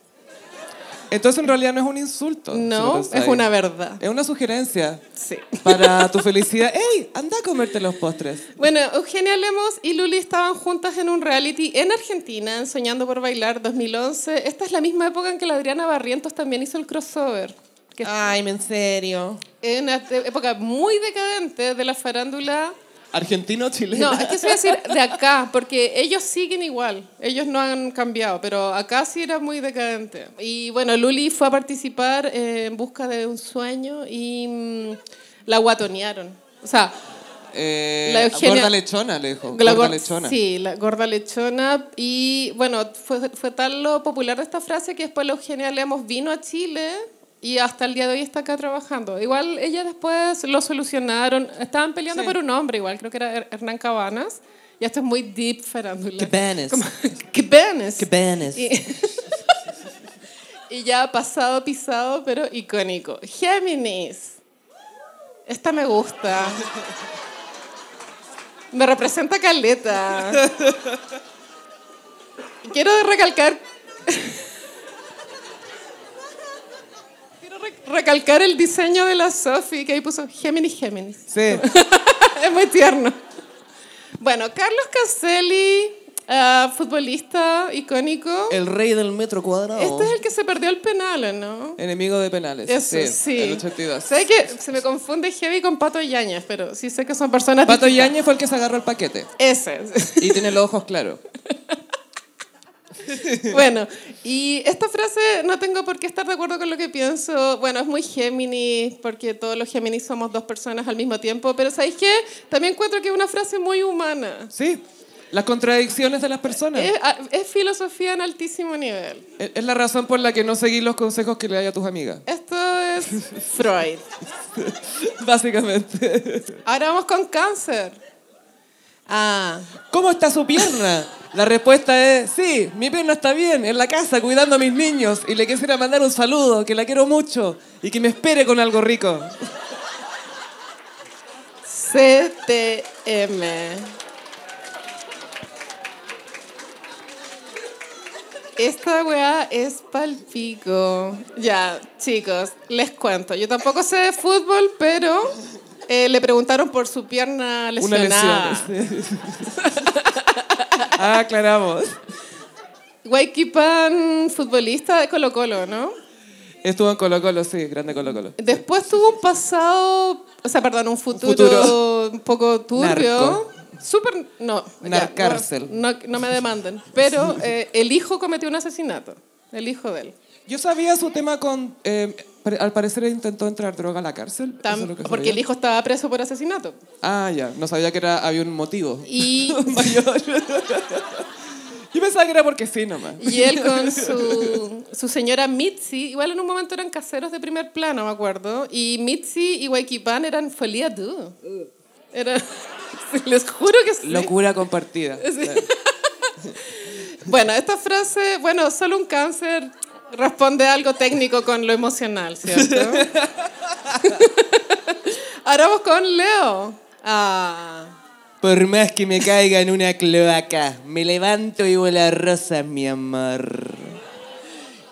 Entonces en realidad no es un insulto. si lo No, pensáis. es una verdad. Es una sugerencia Sí. para tu felicidad. ¡Ey! Anda a comerte los postres. Bueno, Eugenia Lemos y Luli estaban juntas en un reality en Argentina, en Soñando por Bailar 2011. Esta es la misma época en que la Adriana Barrientos también hizo el crossover. Que Ay, en serio. es una te- época muy decadente de la farándula. Argentino chileno. No, es que eso iba a decir de acá, porque ellos siguen igual. Ellos no han cambiado, pero acá sí era muy decadente. Y bueno, Luli fue a participar eh, en busca de un sueño y mm, la guatonearon. O sea, Eh, La Eugenia- Gorda lechona, le dijo. La Gorda gor- lechona. Sí, la gorda lechona. Y bueno, fue, fue tal lo popular de esta frase que después la Eugenia Lemos vino a Chile y hasta el día de hoy está acá trabajando. Igual ella después lo solucionaron. Estaban peleando por un hombre, igual creo que era Her- Hernán Cabanas. Y esto es muy deep farándula. Cabanas. Como- Cabanas. Cabanas. Y- y ya pasado, pisado, pero icónico. Géminis. Esta me gusta. Me representa Caleta. Quiero recalcar. Quiero re- recalcar el diseño de la Sofi, que ahí puso Géminis, Géminis Sí. es muy tierno. Bueno, Carlos Caselli, ah, futbolista icónico. El rey del metro cuadrado. Este es el que se perdió el penal, ¿o ¿no? Enemigo de penales. Eso, sí. El 82. Sé que se me confunde Heavy con Pato Yañez, pero sí sé que son personas Pato distintas. Yañez fue el que se agarró el paquete. Ese. Y tiene los ojos claros. bueno, y esta frase no tengo por qué estar de acuerdo con lo que pienso. Bueno, es muy Géminis, porque todos los Géminis somos dos personas al mismo tiempo, pero ¿sabéis qué? También encuentro que es una frase muy humana. Sí. Las contradicciones de las personas. Es, a- es filosofía en altísimo nivel. Es es la razón por la que no seguís los consejos que le das a tus amigas. Esto es Freud. Básicamente. Ahora vamos con cáncer. Ah, ¿Cómo está su pierna? La respuesta es, sí, mi pierna está bien, en la casa, cuidando a mis niños. Y le quisiera mandar un saludo, que la quiero mucho y que me espere con algo rico. CTM. Esta weá es palpico. Ya, chicos, les cuento. Yo tampoco sé de fútbol, pero eh, le preguntaron por su pierna Una lesionada. lesión. Ah, aclaramos. Guayquipán, futbolista de Colo Colo, ¿no? Estuvo en Colo Colo, sí, grande Colo Colo. Después tuvo un pasado, o sea, perdón, un futuro, futuro. un poco turbio. Narco. Súper, no. ya, Narcárcel. No, no, no me demanden. Pero eh, el hijo cometió un asesinato. El hijo de él. Yo sabía su tema con... eh, pare- al parecer intentó entrar droga a la cárcel. Tam- Eso es lo que porque sabía. el hijo estaba preso por asesinato. Ah, ya. No sabía que era, había un motivo Y, mayor. Yo pensaba que era porque sí nomás. y él con su, su señora Mitzi, igual en un momento eran caseros de primer plano, me acuerdo. Y Mitzi y Guayquipán eran folía tú. Uh. Era, les juro que sí. Locura compartida. Bueno, esta frase, bueno, solo un cáncer responde a algo técnico con lo emocional, ¿cierto? Ahora vamos con Leo. Ah, Por más que me caiga en una cloaca, me levanto y vuela rosas, mi amor.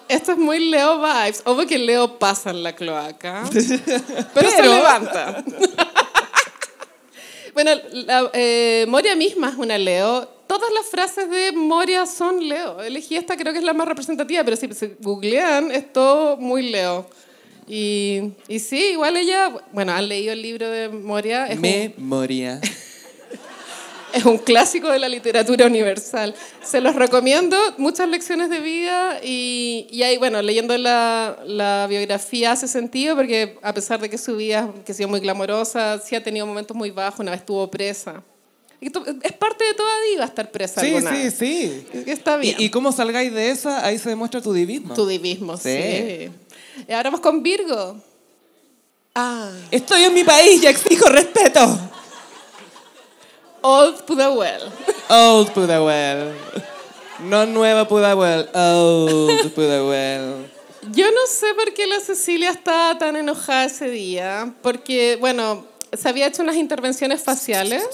esto es muy Leo vibes. Obvio que Leo pasa en la cloaca, pero, se Pero- levanta. bueno, la- eh, Moria misma es una Leo. Todas las frases de Moria son Leo. Elegí esta, creo que es la más representativa, pero si se googlean, es todo muy Leo. Y, y sí, igual ella, bueno, han leído el libro de Moria. Es un- Memoria. es un clásico de la literatura universal. Se los recomiendo, muchas lecciones de vida y, y ahí, bueno, leyendo la, la biografía hace sentido porque a pesar de que su vida que ha sido muy glamorosa, sí ha tenido momentos muy bajos, una vez estuvo presa. Y to- Es parte de toda diva estar presa. Sí, alguna sí, vez. sí. Está bien. Y, y cómo salgáis de esa, ahí se demuestra tu divismo. Tu divismo, sí. Y ahora vamos con Virgo. Ah, Estoy en mi país y exijo respeto. Old Pudahuel. Old Pudahuel. No nueva Pudahuel. Old Pudahuel. Yo no sé por qué la Cecilia estaba tan enojada ese día, porque, bueno, se había hecho unas intervenciones faciales,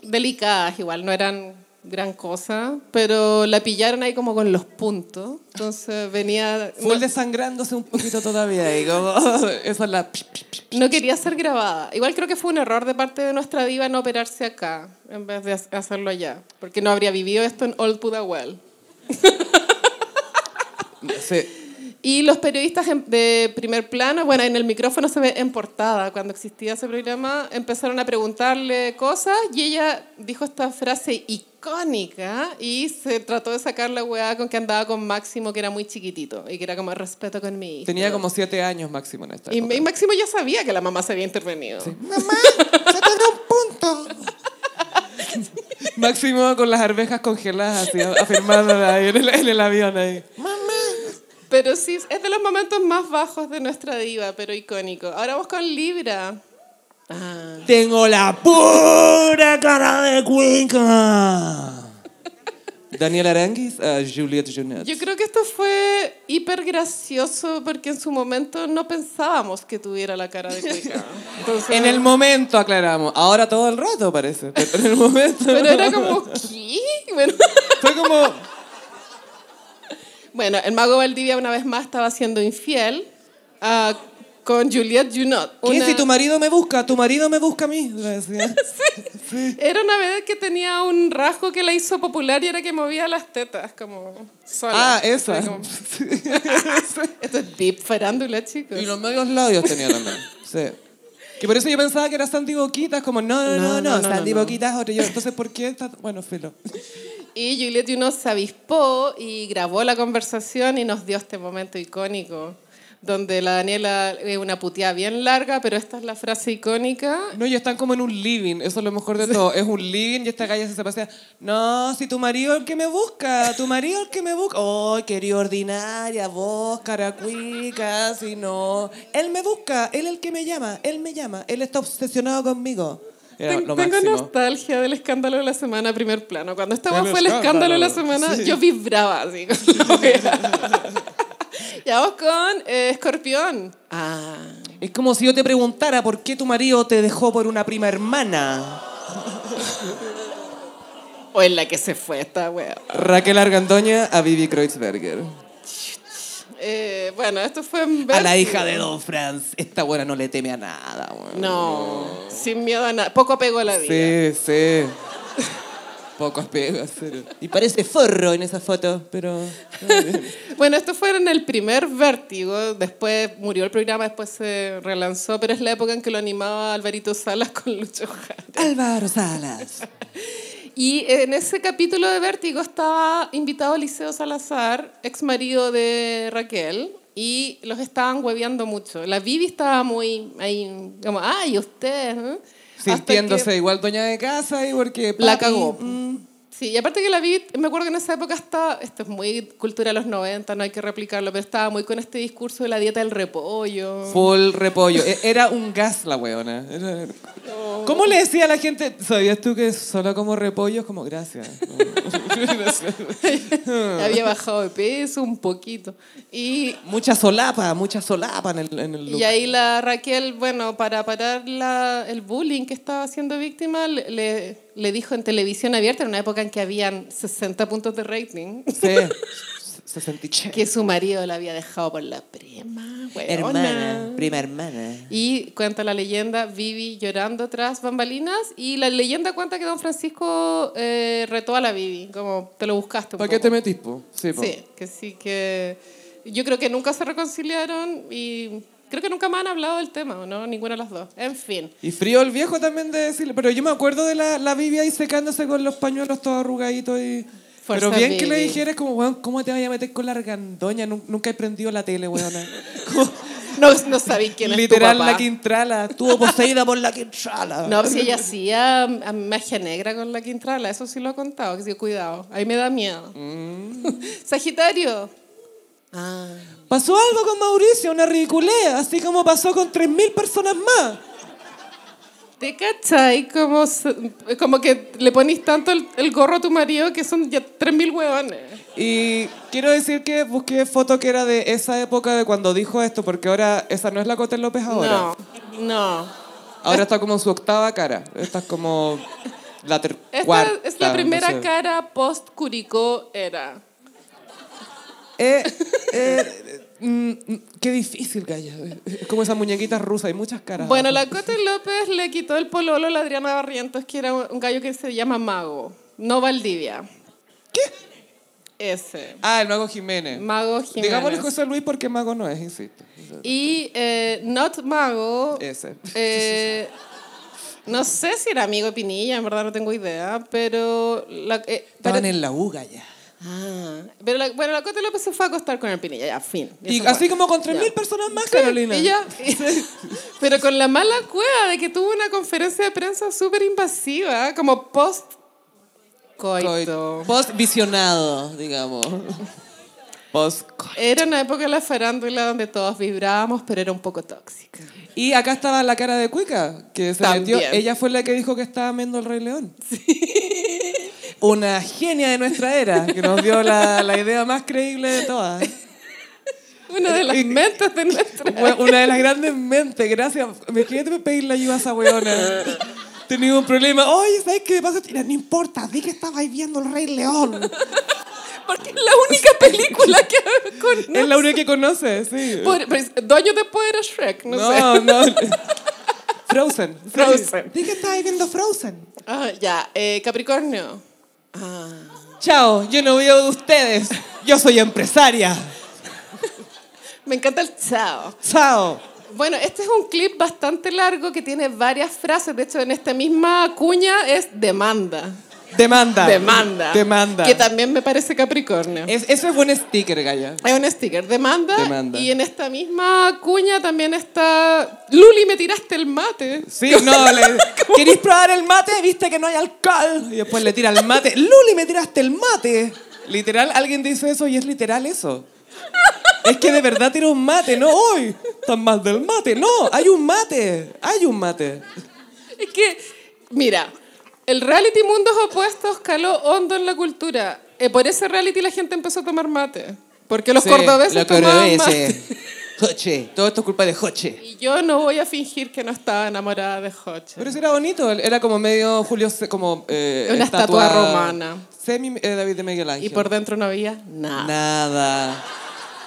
delicadas igual, no eran gran cosa, pero la pillaron ahí como con los puntos, entonces venía... Full no- desangrándose un poquito todavía. Y como, oh, esa es la... No quería ser grabada. Igual creo que fue un error de parte de nuestra diva no operarse acá en vez de ha- hacerlo allá, porque no habría vivido esto en Old Pudahuel. Sí. Y los periodistas en- de primer plano, bueno, en el micrófono se ve en portada, cuando existía ese programa, empezaron a preguntarle cosas y ella dijo esta frase icónica y se trató de sacar la weá con que andaba con Máximo, que era muy chiquitito y que era como respeto con mi hijo". Tenía como siete años máximo en esta Y, época. y Máximo ya sabía que la mamá se había intervenido. Máximo con las arvejas congeladas, así, afirmándola ahí en el, en el avión. Ahí. Pero sí, es de los momentos más bajos de nuestra diva, pero icónico. Ahora vamos con Libra. Ah. Tengo la pura cara de cuenca. Daniel Aranguis a Juliette Junet. Yo creo que esto fue hiper gracioso porque en su momento no pensábamos que tuviera la cara de cuica. Entonces- En el momento aclaramos. Ahora todo el rato parece. Pero en el momento. Pero no. era como, ¿qué? Bueno, Fue como. bueno, el mago Valdivia una vez más estaba siendo infiel ah, con Juliette Junot. ¿Qué una- si tu marido me busca? Tu marido me busca a mí. ¿eh? le decía. Era una vez que tenía un rasgo que la hizo popular y era que movía las tetas como sola. Ah, esa. Era como- Esto es deep farándula, chicos. Y los medios labios tenía también. Sí. Que por eso yo pensaba que era Sandy Boquitas, como no, no, no, no, no, no, Sandy no, no. Boquitas, otro yo. Entonces, ¿por qué está.? Bueno, filo. Y Juliette Junot se avispó y grabó la conversación y nos dio este momento icónico, donde la Daniela es una puteada bien larga, pero esta es la frase icónica. No, y están como en un living, eso es lo mejor de todo. Es un living y esta calle se pasea. No, si tu marido es el que me busca, tu marido es el que me busca. Oh, querida ordinaria, vos, caracuica, si no. Él me busca, él es el que me llama, él me llama, él está obsesionado conmigo. Era Ten- lo tengo máximo. nostalgia del escándalo de la semana a primer plano. Cuando estaba El fue el escándalo de la escándalo, semana, sí. yo vibraba así. con la wea. y vamos con eh, Escorpión. Ah. Es como si yo te preguntara por qué tu marido te dejó por una prima hermana. O en la que se fue esta wea. Raquel Argandoña a Vivi Kreuzberger. Eh, bueno, esto fue en A la Vértigo. hija de Don Franz. Esta buena no le teme a nada, weón. No, sin miedo a nada. Poco apego a la vida. Sí, sí. Poco apego, cero. Y parece forro en esa foto, pero. Bueno, esto fue en el primer vértigo, después murió el programa, después se relanzó, pero es la época en que lo animaba Alvarito Salas con Lucho Jara. Álvaro Salas. Y en ese capítulo de Vértigo estaba invitado Eliseo Salazar, ex marido de Raquel, y los estaban hueveando mucho. La Vivi estaba muy ahí, como, ay, usted. ¿eh?". Hasta Sintiéndose que- igual doña de casa y porque. La papi, cagó. mm, Sí, y aparte que la vi, me acuerdo que en esa época estaba, esto es muy cultura de los 90, no hay que replicarlo, pero estaba muy con este discurso de la dieta del repollo. full repollo. E- Era un gas la weona. Era- ¿Cómo le decía a la gente? ¿Sabías tú que solo como repollo? Es como, gracias. Había bajado de peso un poquito. Y, mucha solapa, mucha solapa en el, en el look. y ahí la Raquel, bueno, para parar la- el bullying que estaba siendo víctima, le- le, le dijo en televisión abierta, en una época en que habían 60 puntos de rating, Sí. Se sentí che. que su marido la había dejado por la prima. huevona. Hermana, prima hermana. Y cuenta la leyenda, Vivi llorando tras bambalinas. Y la leyenda cuenta que don Francisco eh, retó a la Vivi, como te lo buscaste. un ¿Para qué poco". te metís, po? Sí, po. Sí, que sí que yo creo que nunca se reconciliaron y creo que nunca más han hablado del tema, ¿o ¿no? Ninguna de las dos. En fin. Y frío el viejo también de decirle, pero yo me acuerdo de la, la Bibi ahí secándose con los pañuelos todo arrugaditos y... Fuerza, pero bien que le Bibi. dijeras como, weón, ¿cómo te vayas a meter con la argandoña? Nun- Nunca he prendido la tele, weón. No, no sabía quién es tu Literal papá. la Quintrala. Estuvo poseída por la Quintrala. No, si ella hacía ah, magia negra con la Quintrala, eso sí lo he contado, que sí, cuidado, ahí me da miedo. Mm. Sagitario. Ah. Pasó algo con Mauricio, una ridiculez, así como pasó con 3.000 personas más. ¿Te cachai? Como, se- como que le ponís tanto el, el gorro a tu marido que son ya 3.000 hueones. Y quiero decir que busqué foto que era de esa época de cuando dijo esto, porque ahora esa no es la Cote López ahora. No, no. Ahora está como en su octava cara. Esta es como la ter- Esta cuarta, es la no primera sé. cara post-Curicó era. Eh, eh, mm, mm, qué difícil, Gaya. Es como esas muñequitas rusas, hay muchas caras. Bueno, la Cote López le quitó el pololo a la Adriana Barrientos, que era un gallo que se llama Mago, no Valdivia. ¿Qué? Ese. Ah, el Mago Jiménez. Mago Jiménez. Digámosle José Luis porque Mago no es, insisto. Y eh, Not Mago. Ese. eh, no sé si era amigo de Pinilla, en verdad no tengo idea, pero. La, eh, pero- Estaban en la U, Gaya. Ah, pero la- bueno, la Cote López se fue a acostar con el Pinilla, ya, fin. Eso Y fue. así como con 3.000 Ya. personas más, Sí, Carolina. y ya- pero con la mala cueva de que tuvo una conferencia de prensa súper invasiva, como post coito. Post visionado, digamos. Post- Era una época de la farándula donde todos vibrábamos, pero era un poco tóxica. Y acá estaba la cara de Cuica, que se También. metió. Ella fue la que dijo que estaba viendo el Rey León. Una genia de nuestra era, que nos dio la, la idea más creíble de todas. Una de las Y- mentes de nuestra. Fue Una de las grandes mentes, gracias. Imagínate pedirle ayuda a esa weona. Tenía un problema. Oye, ¿sabes qué me pasa? Mira, No importa, di que estabais viendo el Rey León. Porque es la única película que con Es la única que conoce, sí. Dos años después era Shrek, Pues, no, sé. No, no. Frozen. sí. Frozen. Di que estabais viendo Frozen. Ah, ya, eh, Capricornio. Ah. Chao, yo no vivo de ustedes. Yo soy empresaria. Me encanta el chao. Chao. Bueno, este es un clip bastante largo que tiene varias frases. De hecho, en esta misma cuña es demanda. Demanda. Demanda. Demanda. Eh. Que también me parece Capricornio. Es- eso es buen sticker, Gaya. Es un sticker, demanda, Demanda. Y en esta misma cuña también está. Luli, me tiraste el mate. Sí, no, le, ¿querís probar el mate? Viste que no hay alcohol. Y después le tira el mate. Luli, me tiraste el mate. Literal, alguien dice eso y es literal eso. Es que de verdad tiene un mate, no hoy. Tan mal del mate, no, hay un mate, hay un mate. Es que, mira, el reality Mundos Opuestos caló hondo en la cultura. Eh, por ese reality la gente empezó a tomar mate. Porque los Sí, cordobeses Lo que tomaban obedece. mate. Joche. Todo esto es culpa de Joche. Y yo no voy a fingir que no estaba enamorada de Hoche. Pero sí era bonito, era como medio Julio, C- como... eh, Una estatua romana. Semi eh, David de Miguel Ángel. Y por dentro no había nada. Nada.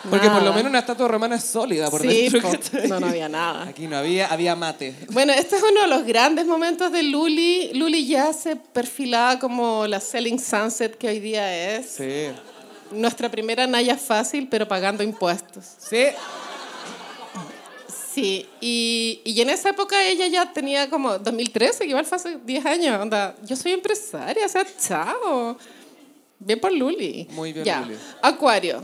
Porque por nada. lo menos una estatua romana es sólida por Sí, dentro. po, ¿cachai? no, no había nada. Aquí no había, había mate. Bueno, este es uno de los grandes momentos de Luli. Luli ya se perfilaba como la Selling Sunset que hoy día es. Sí. Nuestra primera Naya fácil, pero pagando impuestos. Sí, Sí, y, y en esa época ella ya tenía como 2013, que igual fue hace 10 años. Onda, yo soy empresaria, o sea, chao. Bien por Luli. Muy bien, Ya. Luli. Acuario.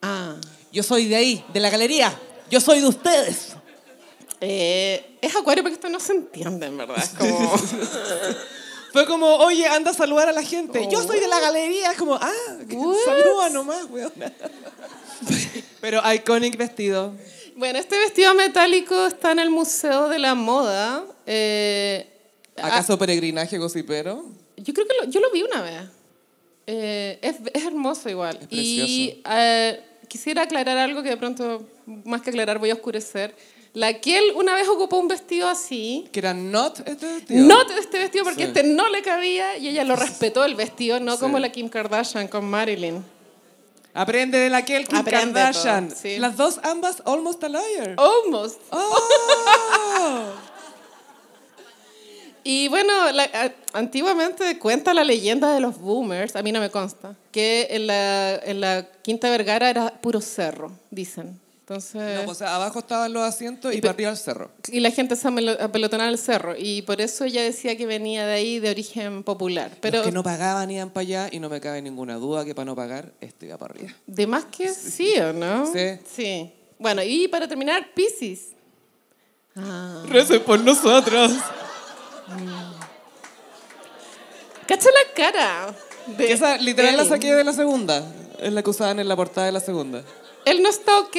Ah. Yo soy de ahí, de la galería. Yo soy de ustedes. Eh, es Acuario porque esto no se entiende, en verdad. Es como... Fue como, oye, anda a saludar a la gente. Yo soy de la galería. Es como, ah, que What? saluda nomás, weón. Pero iconic vestido. Bueno, este vestido metálico está en el Museo de la Moda. Eh, ¿Acaso peregrinaje gocipero? ah, yo creo que lo- yo lo vi una vez. Eh, es, es hermoso igual. y eh, quisiera aclarar algo que de pronto, más que aclarar, voy a oscurecer. La Kiel una vez ocupó un vestido así. Que era not este vestido. No de este vestido porque Sí. este no le cabía y ella lo respetó el vestido, no Sí. como la Kim Kardashian con Marilyn. Aprende de la Kel Kim Aprende Kardashian. todo, sí. Las dos ambas almost a liar. Almost. Oh. Y bueno, la- a- antiguamente cuenta la leyenda de los boomers, a mí no me consta, que en la, en la Quinta Vergara era puro cerro, dicen. Entonces, No, pues, o sea, abajo estaban los asientos y para arriba el cerro. y la gente se amelo- apelotonaba al cerro, y por eso ella decía que venía de ahí de origen popular. Pero Los que no pagaban iban para allá y no me cabe ninguna duda que para no pagar, esto iba para arriba. de más que sí, ¿o no? Sí. Sí. Bueno, y para terminar, Pisces. Ah. Recen por nosotros. Cacha la cara. de Que esa literal la Elin. saqué de la segunda. Es la que usaban en la portada de la segunda. Él no está ok.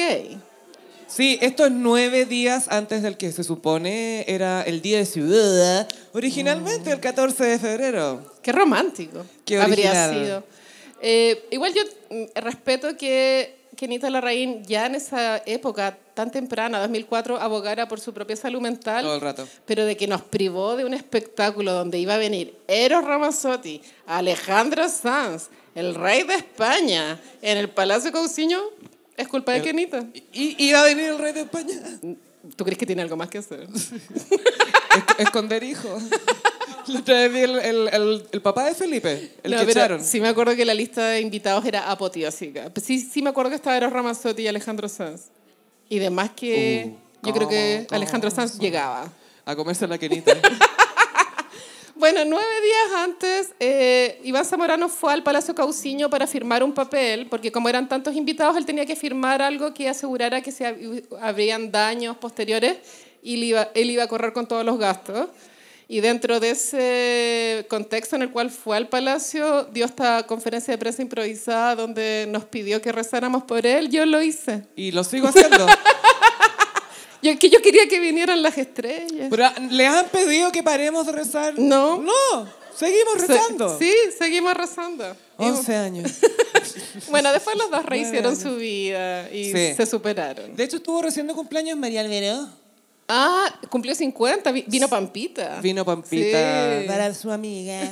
Sí, esto es nueve días antes del que se supone era el Día de Ciudad, Mm. originalmente el 14 de febrero. Qué romántico. Qué habría original. sido. Eh, igual yo mm, respeto que que Anita Larraín ya en esa época tan temprana, 2004, abogara por su propia salud mental. Todo el rato. Pero de que nos privó de un espectáculo donde iba a venir Eros Ramazzotti, Alejandro Sanz, el rey de España, en el Palacio Cauciño, es culpa Eh, de Kenita. Y y iba a venir el rey de España. ¿Tú crees que tiene algo más que hacer? Esc- esconder hijos. La otra vez vi el, el- el- el papá de Felipe, el No, que pero echaron. Sí me acuerdo que la lista de invitados era apoteósica. Pues Sí, sí me acuerdo que estaba Eros Ramazzotti y Alejandro Sanz. Y demás que Uh, yo creo que Alejandro Sanz llegaba. A comerse la quenita. Bueno, nueve días antes, eh, Iván Zamorano fue al Palacio Cauciño para firmar un papel, porque como eran tantos invitados, él tenía que firmar algo que asegurara que se hab- habrían daños posteriores y él iba, él iba a correr con todos los gastos. Y dentro de ese contexto en el cual fue al Palacio, dio esta conferencia de prensa improvisada donde nos pidió que rezáramos por él. Yo lo hice. y lo sigo haciendo. Yo, que yo quería que vinieran las estrellas. Pero les han pedido que paremos de rezar. No. No. Seguimos rezando. Sí, seguimos rezando. Y- 11 años. Bueno, después los dos rehicieron su vida y Sí. se superaron. De hecho, estuvo recién de cumpleaños María Alberó. Ah, cumplió 50, vi- vino Pampita. Vino Pampita. Sí. Para su amiga.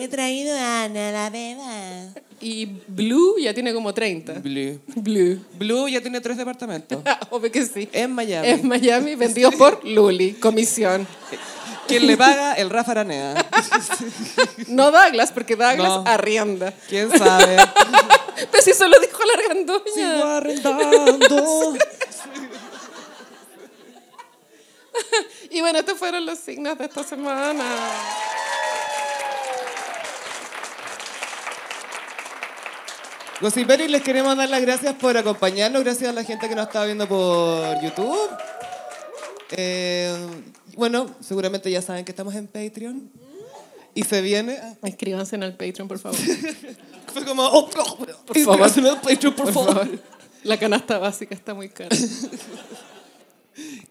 He traído a Ana, la beba. Y Blue ya tiene como 30. Blue. Blue. Blue ya tiene tres departamentos. Ah, Obvio que sí. En Miami. En Miami, vendido por Luli, comisión. ¿Quién le paga? El Rafa Araneda. No Douglas, porque Douglas No. arrienda. ¿Quién sabe? Pero si eso lo dijo la argandoña. Sigo arrendando. Y bueno, estos fueron los signos de esta semana. Gossiperis, les queremos dar las gracias por acompañarnos, gracias a la gente que nos está viendo por YouTube. Eh, bueno, seguramente ya saben que estamos en Patreon. Y se viene. ah, Escríbanse en el Patreon, por favor. Fue como. oh, oh, Por favor. inscríbanse en el Patreon, por, favor. La canasta básica está muy cara.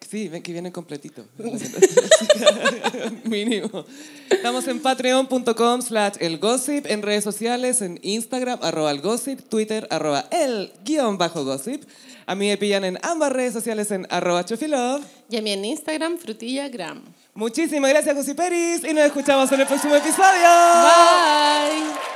Sí, ven que viene completito. Mínimo. Estamos en patreon.com slash el gossip, en redes sociales, en Instagram, arroba el gossip, Twitter, arroba el guión bajo gossip. A mí me pillan en ambas redes sociales en arroba chofilove. Y a mí en Instagram, frutillagram. Muchísimas gracias, José Peris, y nos escuchamos en el próximo episodio. Bye.